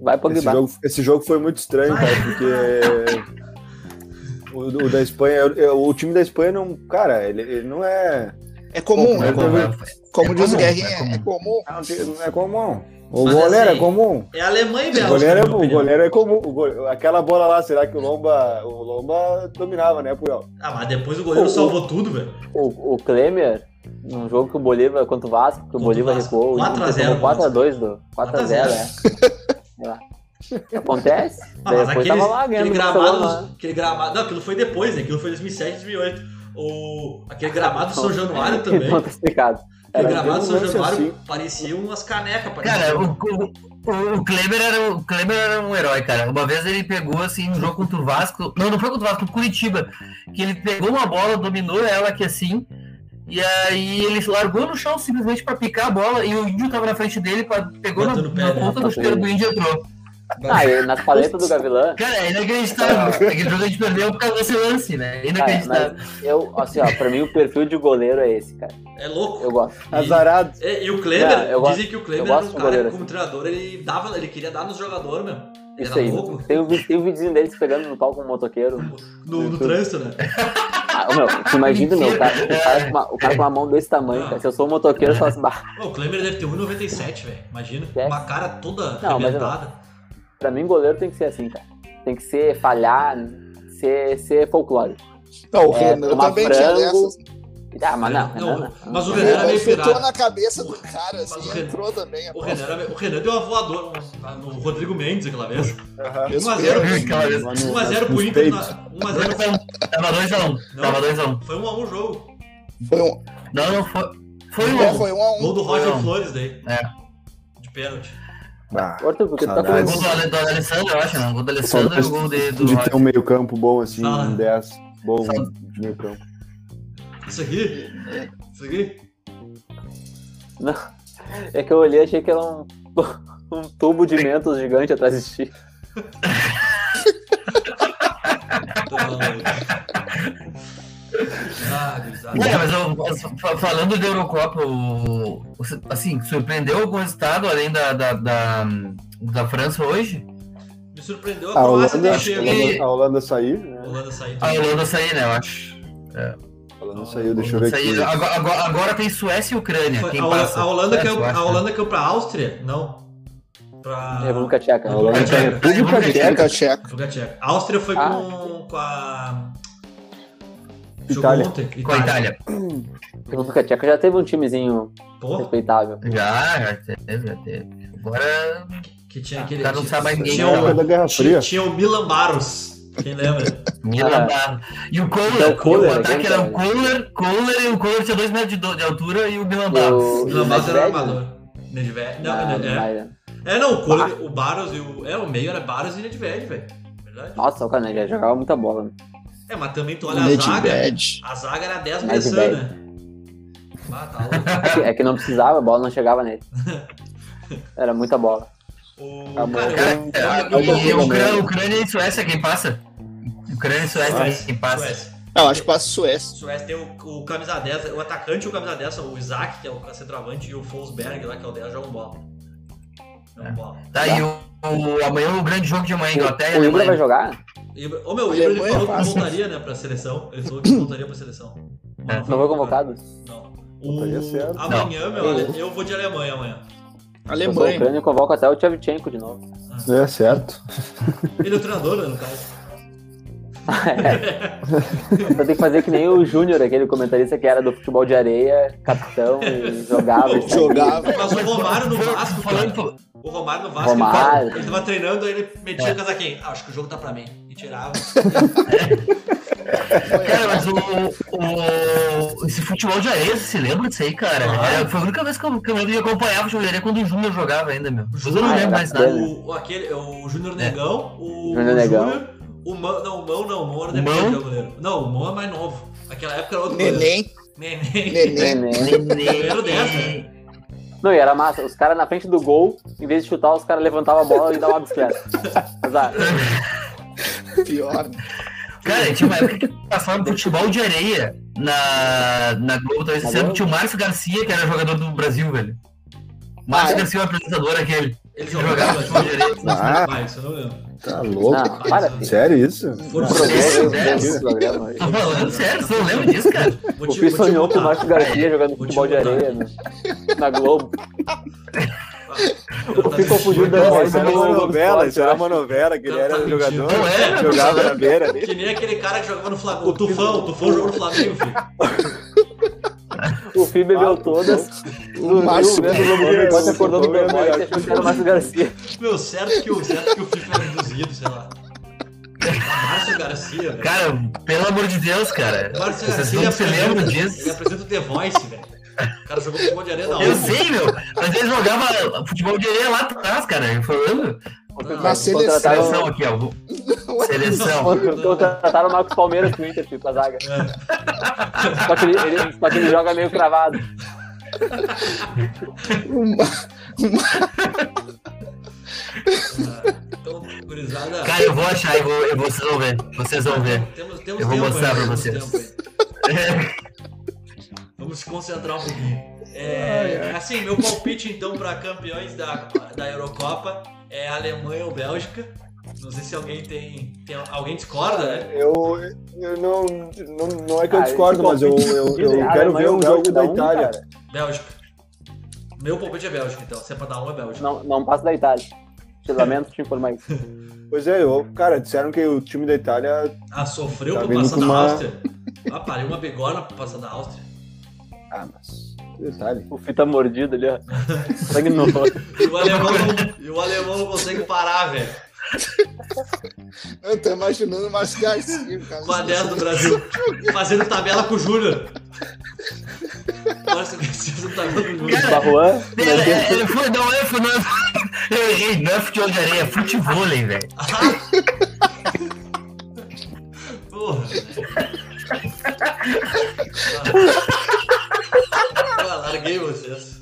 Vai pro
Esse
Guibá.
jogo, esse jogo foi muito estranho, cara, porque o, o da Espanha, o, o time da Espanha não, cara, ele, ele não é,
É comum,
Pô,
é
eu tô
comum.
vendo.
Como
É
diz
comum,
Guerrinha,
é comum.
é comum.
não é comum. O
Mas
goleiro
assim,
é comum.
É Alemanha e
O
Bélgica.
goleiro é,
na minha
o
opinião.
goleiro é comum. O goleiro- aquela bola lá, será que o Lomba, o Lomba dominava, né, Puyol?
Ah, mas depois o goleiro
O- o-
salvou tudo, velho.
O, o Klemer, num jogo que o Bolívar contra o Vasco, que o
Contra o
Bolívar
Vasco.
recuou, o
4 a 0,
Inter tomou 4x2 do. 4x0,
4 a 0.
é. Sei lá. Acontece?
Ah, mas
Depois
aquele,
tava lá ganhando
aquele,
do
gramado,
Barcelona. né?
aquele gramado. Não, aquilo foi depois, né? Aquilo foi 2007, 2008. O, aquele gramado do São Januário também.
Não tá explicado.
Aquele
Era,
gramado do
teve um
São
lance
Januário
assim.
parecia umas canecas.
Cara,
Parecia. um-
o, o, o Kleber era, o Kleber era um herói, cara. Uma vez ele pegou, assim, um jogo contra o Vasco. Não, não foi contra o Vasco, contra o Curitiba. Que ele pegou uma bola, dominou ela aqui assim. E aí ele largou no chão simplesmente pra picar a bola. E o índio tava na frente dele, pra- pegou na,
Bateu no pé,
na
né?
ponta do chuteiro do índio e entrou.
Ah, e nas paletas do Gavilã,
Cara, é inacreditável. Aquele jogo a gente perdeu por causa desse lance, né?
Cara,
Inacreditável.
mas eu, assim, ó, pra mim o perfil de goleiro é esse, cara.
É louco.
Eu gosto.
Azarado.
É, E, o Kleber,
É, eu gosto-
dizem que o Kleber
eu
era
gosto
um
do
cara que,
goleiro, assim.
como treinador, ele dava, ele queria dar nos jogadores, meu. Ele
Isso
era
aí.
louco
Tem o, vi- tem o videozinho deles pegando no pau com um motoqueiro.
no, no trânsito, né?
Ah, meu, tu imagina, meu, o cara, o, cara com uma, o cara com uma mão desse tamanho, cara. Se eu sou um motoqueiro, eu falo assim, bah,
Pô, o Kleber deve ter 1,97, velho. Imagina.
É.
Uma cara toda
Não, mas eu não.
arrebentada.
pra mim goleiro tem que ser assim, cara. Tem que ser falhar, ser, ser folclórico.
Não, o
É,
Renan
tomar
também tinha
frango.
dessas.
Ah, mas não,
Não,
Renan, não.
mas o Renan era
Ele
meio
Afetou
pirado.
na cabeça do cara, assim,
Mas o Renan-
entrou também. a
O
bola.
Renan, era meio- o Renan deu uma voadora no- no Rodrigo Mendes aquela vez.
Aham.
1 a 0
Espero.
Aquela vez.
1x0 pro Inter. na- 1x0
Tava 2x1.
Não.
Tava 2x1.
foi 1x1 o jogo.
Foi um,
Não, não, foi. Foi um.
é, foi um a um.
Gol do Roger
Não.
Flores daí.
É.
De pênalti.
Ah,
Ô, Arthur, por que tu tá com
Saudades.
Gol do, Ale- do Alessandro, eu acho, não. Gol do Alessandro e o gol de, do
de ter um meio campo bom, assim,
Ah.
um 10 bom de meio campo.
Isso aqui? Isso aqui?
É que eu olhei e achei que era um, um tubo de mentos gigante atrás de ti.
Tô falando. Ah, gurizada.
Ué, mas eu- mas fa- falando de Eurocopa, o, o- assim, surpreendeu algum resultado além da, da, da, da França hoje?
Me surpreendeu a
Ah,
A
Croácia
Holanda,
ter
a
chego.
Holanda, a Holanda saiu, né?
A Holanda saiu.
A Holanda sair, né? Eu acho.
A Holanda saiu, deixa eu ver aqui.
Sair, agora, agora- agora tem Suécia e Ucrânia.
Foi-
Quem
a Hola-
passa?
a Holanda
Suécia,
caiu,
eu acho,
a
né?
Holanda caiu pra Áustria? Não. Pra.
É,
República Tcheca.
Não,
Holanda
República
é
Tcheca.
República
República
Tcheca,
Tcheca, tcheca.
República Tcheca. A Áustria foi
Ah.
com, com a. Jogou
Itália.
ontem.
Com a Itália.
República Tcheca já teve um timezinho
Pô,
respeitável.
Já, já teve, já teve. Agora.
que tinha aquele.
Ah, Cara, não
tinha-
sabe mais ninguém, né?
tinha
na
o-
época da Guerra Fria.
Tinha, tinha o Milan Baros. Quem lembra?
Milan Barra. E o Kohler.
Ah. o Kohler,
o ataque
né,
era o
cara?
Kohler, Kohler e o Kohler tinha 2 metros de, do- de altura e o Milan
E
Barra.
o-
O Milan Baros era
Medvedev?
armador. Nedved. Não,
Ah,
não, é.
mas-
É, não, o, Kohler, o Baros e o. É, o meio era Baros e Nedved, velho. Verdade.
Nossa, o cara já jogava muita bola. né?
É, mas também tu olha a zaga.
Nedved.
A zaga era 10
Nedved.
pressão, né? Ah, tá louco.
É que, é que não precisava, a bola não chegava nele. Era muita bola.
O,
Tá bom.
cara,
É,
eu- eu-
e
eu-
o Ucrânia, Ucrânia e Suécia, quem passa? Ucrânia e Suécia,
Suécia,
quem passa?
Suécia.
Eu acho que passa Suécia.
Suécia tem o, o camisa 10, o atacante e o camisa 10 são o Isaac, que é o centroavante, e o Fosberg, lá que é o 10, jogam bola. Jogam bola.
Tá, e o, o- amanhã o grande jogo de amanhã, Inglaterra
O
e
Ibra vai
Alemanha.
jogar?
Ibra- Ô meu, o Ibra ele
Alemanha
falou que
fácil.
voltaria, né, pra seleção. Ele falou que voltaria pra seleção. Mas
É,
Não foi convocado?
Não.
Voltaria certo.
O... Amanhã, meu,
Não.
eu vou de Alemanha amanhã.
Eu sou
Alemanha.
ucrânio e convoco até o Tchevchenko de novo.
É, certo.
Ele é o treinador, né, no caso.
Então tem que fazer que nem o Júnior, aquele comentarista que era do futebol de areia, capitão e jogava. assim, e
Jogava.
Mas o Romário no Vasco,
Falando
cara,
pro-
o Romário no Vasco,
Romário. É.
ele tava treinando, aí ele metia o casaquinho. Ah, acho que o jogo tá pra mim. E tirava.
É, Cara, mas o, o- Esse futebol de areia, você se lembra disso aí, cara?
Claro.
É, foi a única vez que eu, que eu lembro de acompanhar futebol de areia quando o Júnior jogava ainda, meu. Depois eu não
Ah,
lembro
era
é.
mais nada.
O, o, aquele, é o Júnior Negão, o
Júnior
o
Negão.
Júnior, o Mão, não, o Mão não, o Mão era
O
depois
Mão?
do goleiro. Não, o Mão é mais novo. Naquela época era outro goleiro.
Neném,
Neném.
neném.
Neném.
Goleiro dessa, né?
Não, e era massa. Os caras na frente do gol, em vez de chutar, os caras levantavam a bola e davam uma bicicleta. Azar.
Pior. né?
Cara, tinha uma época que passava futebol de areia na, na Globo, talvez
Na
esse ano
Globo?
tinha o Márcio Garcia, que era jogador do Brasil, velho. Márcio
Ah, é?
Garcia é um apresentador aquele.
Ele
Jogava
jogava
futebol de areia.
Ah.
Ah, isso eu não lembro.
Tá louco?
Não, Ah, para.
Sério isso?
Foram
Sério,
sério,
sério,
sério.
esse programa aí.
é Tô falando sério, você não lembra disso, cara?
Vou
O
te- vou
Fih
te
sonhou com o
contar.
Márcio Garcia
Vou
jogando
te
futebol de
contar.
areia né? na Globo.
Eu
O
tava
Fih confundiu o
assistindo-
Dan Boy com
Não, isso era uma
o Globo
novela, isso
Esporte.
era uma novela, que ele
Cara, tá
era jogador,
mentindo.
Não era?
jogava na beira ali.
Que nem aquele cara que jogava no Flamengo. O Tufão, o Tufão jogou no Flamengo, filho.
O Fih bebeu
Ah,
todas.
O Márcio
né, do Globo
O Bote
Esporte.
acordou do
Globo
Dan Boy
é
e achou que era o Márcio Garcia.
Meu, certo que o, certo que o FIFA era induzido, sei lá. Márcio Garcia, velho.
Cara, pelo amor de Deus, cara.
Márcio
Vocês
Garcia
não se
apresenta-
lembram
Ele
disso?
apresenta o The Voice, velho. O cara jogou futebol de né? areia na
Eu
Ufa.
sei, meu. Mas ele jogava futebol de areia lá atrás, cara. Eu falando.
Na
Seleção
Tá
Contrataram,
aqui, ó.
é
Seleção.
contrataram o Marcos Palmeiras pro Inter, Fih, tipo, pra zaga. Só que ele, ele- só que ele joga meio cravado.
O Mar-
Então, gurizada.
Cara, eu vou achar, eu vou, eu vou- vocês vão ver. Vocês vão ver.
Temos, temos
Eu vou
tempo
mostrar
ainda,
pra
temos
vocês.
tempo ainda. Vamos se concentrar um pouquinho. É, assim, meu palpite então para campeões da, da Eurocopa é Alemanha ou Bélgica. Não sei se alguém tem. tem alguém discorda, né?
Eu, eu não, não, não é que eu
Ah,
discordo,
esse
mas eu, eu, eu
palpite
quero
de
ver um
Alemanha,
jogo da
dá um,
Itália.
cara.
Bélgica. Meu palpite é Bélgica, então. Se é pra dar um, é Bélgica.
Não, não passa da Itália. Te lamento te informar isso.
Pois é, eu, cara, disseram que o time da Itália.
Ah, sofreu
Tá
pra
vindo
passar
com
da
uma-
Áustria? Ah, pariu uma bigorna pra passar da Áustria.
Ah, mas. Detalhe.
O fita mordido ali, ó. Sangue no olho.
E o alemão não, e o alemão não consegue parar, velho.
Eu tô imaginando o Márcio Garcia. cara.
Com a 10 do Brasil. Fazendo tabela com o Júnior. Nossa, eu preciso da tabela com o Júnior.
Barruan.
Ele, ele foi, não, ele foi, não. Eu errei, não é futebol de areia, é futebol, velho.
Porra. Ah, larguei vocês.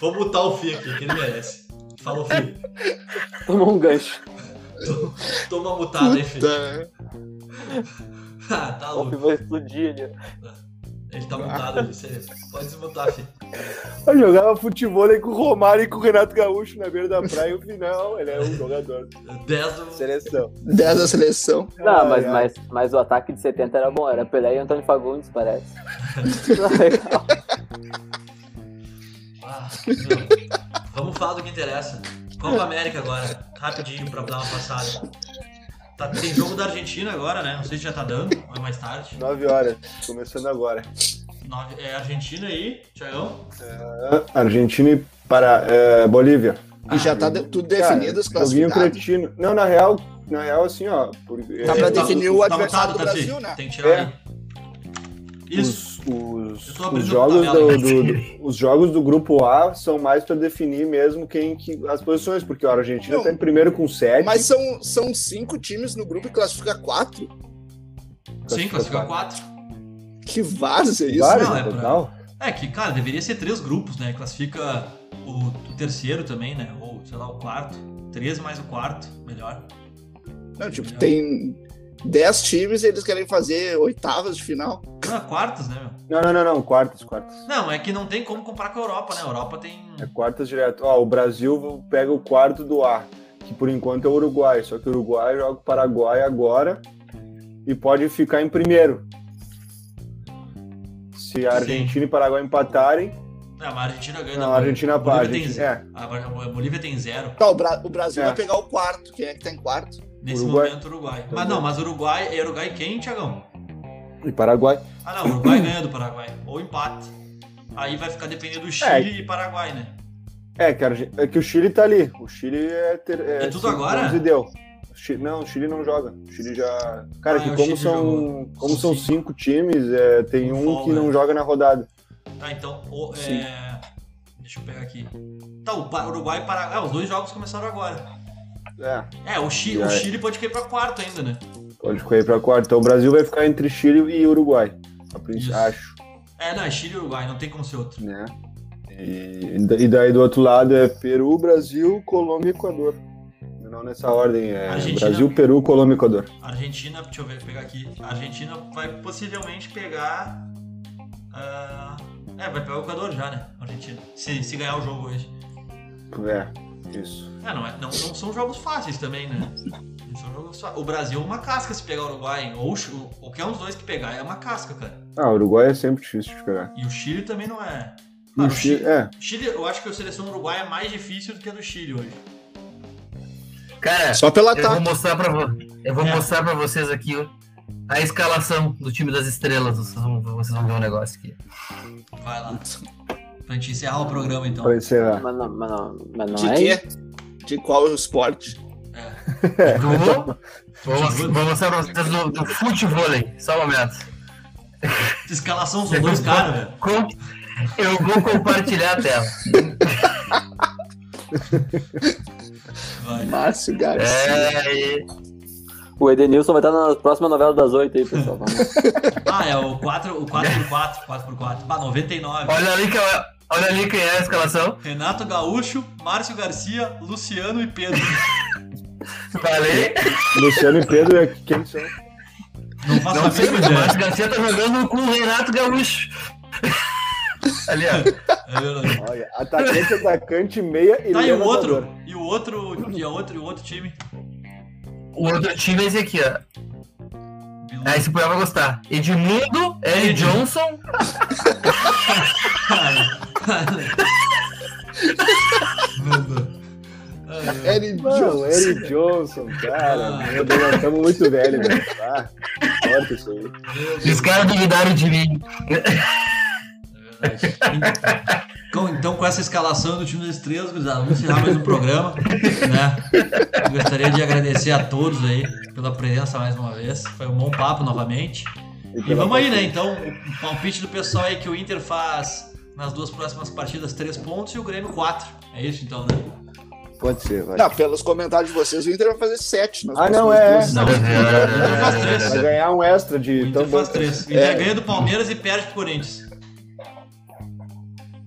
Vou botar o Fih aqui, que ele merece. Fala, Fih.
Tomou um gancho.
Toma mutada aí, Fih.
Tá.
Ah, tá
O
louco.
Fivão explodir ali.
Ele tá mutado ali, sério. Pode desmutar, Fih.
Eu jogava futebol aí com o Romário e com o Renato Gaúcho na beira da praia e o final. Ele é um jogador da
10 do...
seleção.
10 da seleção.
Não, mas,
Ai, ai.
mas, mas o ataque de 70 era bom. Era Pelé e Antônio Fagundes, parece. Legal.
Ah, meu. Vamos falar do que interessa.
É.
Copa América agora. Rapidinho pra dar uma passada. Tá, tem jogo da Argentina agora, né? Não sei se já tá dando, ou é mais tarde.
9 horas, começando agora.
Nove- é Argentina aí, Thiagão.
Ah, Argentina e para, é, Bolívia.
E já tá de- tudo definido, os
Cara, joguinho
classificados.
cretino. Não, na real, na real, assim, ó. por-
Tá
é,
pra definir o adversário do
mutado, Tafi?
Brasil, né?
tá, Tem que tirar
É.
aí. Isso.
os,
Eu
os,
tô abrindo
os jogos
a
do,
tabela
do- do- os jogos do grupo A são mais para definir mesmo quem que as posições, porque ó, a Argentina
Não.
tá em primeiro com 7.
Mas são, são cinco times no grupo e classifica quatro?
Sim, classifica quatro.
Que vaza isso?
Claro,
Não, é pra-
total.
É que, cara, deveria ser três grupos, né? Classifica o, o terceiro também, né? Ou, sei lá, o quarto. Três mais o quarto, melhor.
Não, tipo, tem dez times e eles querem fazer oitavas de final.
Não, é quartos, né, meu?
Não, não, não, não, quartas, quartas.
Não, é que não tem como comparar com a Europa, né? A Europa tem...
É quartas direto. Ó, o Brasil pega o quarto do A, que por enquanto é o Uruguai, só que o Uruguai joga o Paraguai agora e pode ficar em primeiro. Se a
Sim.
Argentina e Paraguai empatarem,
Não, mas a Argentina ganha.
Não,
da
a Argentina pá, a
Bolívia tem
gente,
zero.
é,
A a Bolívia tem zero.
Tá, o, Bra- o Brasil
É.
vai pegar o quarto. Quem é que tá em quarto?
Nesse
Uruguai.
momento, Uruguai. Mas não, mas Uruguai. É Uruguai quem, Tiagão?
é. e Paraguai.
Ah, não, Uruguai ganha do Paraguai. Ou empate. Aí vai ficar dependendo do Chile e Paraguai, né?
É que, a Arge- é que o Chile tá ali. O Chile é. ter-
É tudo
cinco
agora?
pontos E deu. O Chi- não, o Chile não joga. O Chile já. Cara,
Ah,
que
o
como
Chile
são,
jogou.
como são
Sim.
cinco times, é, tem um
Folga. né?
que não joga na rodada.
Tá, então. o-
Sim.
é, Deixa eu pegar aqui. Tá, o Pa- Uruguai e Paraguai. Ah, os dois jogos começaram agora.
É,
É, o Chile,
E
o
aí?
Chile pode cair pra quarto ainda, né?
pode correr pra quarta. Então o Brasil vai ficar entre Chile e Uruguai. A
Isso.
princípio, acho.
É, não, é Chile e Uruguai, não tem como ser outro.
Né? E, e daí do outro lado é Peru, Brasil, Colômbia e Equador. Não nessa ordem, é
Argentina.
Brasil, Peru, Colômbia e Equador.
Argentina, deixa eu ver, pegar aqui. A Argentina vai possivelmente pegar. ah, é, vai pegar o Equador já, né? A Argentina. Se, se ganhar o jogo hoje.
É, isso.
É, não, é- não, não são jogos fáceis também, né? Não são jogos fáceis. O Brasil é uma casca se pegar o Uruguai, hein? Ou o Chi- o- qualquer um dos dois que pegar é uma casca, cara.
Ah, o Uruguai é sempre difícil de pegar.
E o Chile também não é.
E o
Claro,
Chile, é,
Chile, eu acho que a seleção uruguaia é mais difícil do que a do Chile hoje.
É.
Cara,
Só pela
eu vou
tática.
mostrar pra, vo- eu vou
É.
mostrar pra vocês aqui ó, a escalação do time das estrelas. Vocês vão, vocês vão ver um negócio aqui.
Vai lá. Pra gente encerrar o programa, então.
pra encerrar.
Mas não, mas não, mas não
De
é isso.
quê? De qual esporte?
Vou, vou, vou mostrar pra vocês do, do futebol. Só um momento.
Escalação dos dois caras, velho.
Com- Eu vou compartilhar a tela.
Vai.
Márcio Garcia.
É, e-
O Edenilson vai estar na próxima novela das oito aí, pessoal. Vamos.
Ah, é o 4, o 4x4, 4x4. Bah, 99.
olha, ali que, é- olha ali quem é a escalação.
Renato Gaúcho, Márcio Garcia, Luciano e Pedro.
Falei.
Luciano e Pedro é quem são?
Não faço
Não
a
sei,
mesma
mas o Márcio
ideia.
Garcia tá jogando com o Renato Gaúcho. Ali, ó.
É verdade.
Olha, atacante, atacante, meia e
Tá, e o
levantador.
outro? E o outro, e a outro, e o outro time?
O outro time é esse aqui, ó. Ah, esse Puyol vai gostar. Edmundo, L. Johnson.
É
Eric
Mano,
Jones.
Eric Johnson, cara.
Ah.
Meu Deus, nós estamos muito velhos, velho. Ah, corta isso aí.
Os caras duvidaram de mim.
Com- Então, com essa escalação do time das estrelas, gurizada, vamos encerrar mais um programa. Né? Gostaria de agradecer a todos aí pela presença mais uma vez. Foi um bom papo novamente. E
pela
vamos aí, né?
partida.
Então, o palpite do pessoal aí que o Inter faz nas duas próximas partidas três pontos e o Grêmio quatro. É isso então, né?
Pode ser, vai.
Não, pelos comentários de vocês, o Inter vai fazer sete. nas
Ah, não,
próximas
é.
duas.
Não, o Inter faz três.
Vai ganhar um extra
O
de
Inter faz três. O Inter
É.
ganha do Palmeiras e perde pro Corinthians.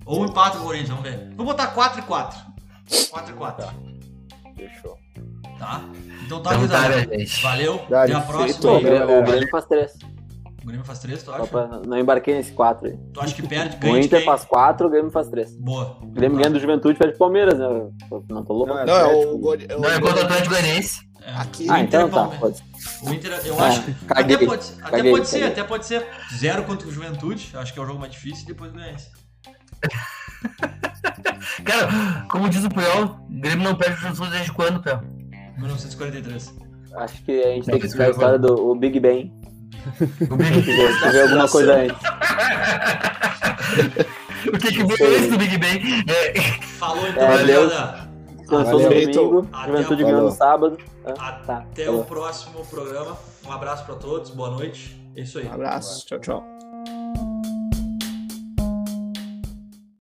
Ou empata com o Corinthians, vamos ver. Vou botar 4 e 4. 4 e 4.
Fechou.
Tá? Então tá,
Então tá,
gurizada.
né, gente?
Valeu,
Dá
até a
de
próxima.
feito,
O
aí.
né?
Grêmio, o Grêmio faz três.
O Grêmio faz três, tu
Só
acha?
pra- não embarquei nesse quatro aí.
Tu acha que perde,
O
ganha de
Inter
quem?
faz quatro, o Grêmio faz três.
Boa.
O Grêmio ganha do Juventude, perde o Palmeiras, né? Eu Não tô louco.
Não, é
Não, é
Atlético.
o. gole- é o
Não é contra o Atlético Goianiense.
É.
Aqui.
Inter
Ah,
e
então tá.
Palmeiras.
Pode ser.
O Inter, eu
Ah,
acho.
caguei.
até pode, até
Caguei,
pode ser,
caguei.
até pode ser. Zero contra o Juventude, acho que é o jogo mais difícil, e depois ganha esse.
Cara, como diz o Puyol, o Grêmio não perde o Jesus desde quando, Puyol?
1943.
Acho que a gente
Não,
tem que
esse
estudar a
jogo
história do o Big Bang.
O Big-
Se tiver
tá
alguma coisa antes.
O que que veio antes do Big Bang? É,
Falou então,
valeu.
galera.
Descansou no
Valeu.
domingo,
Feito.
Juventude ganhou no
Falou.
sábado. Ah, tá.
Até o próximo programa. Um abraço pra todos, boa noite. É isso aí.
Abraço. Tchau, tchau.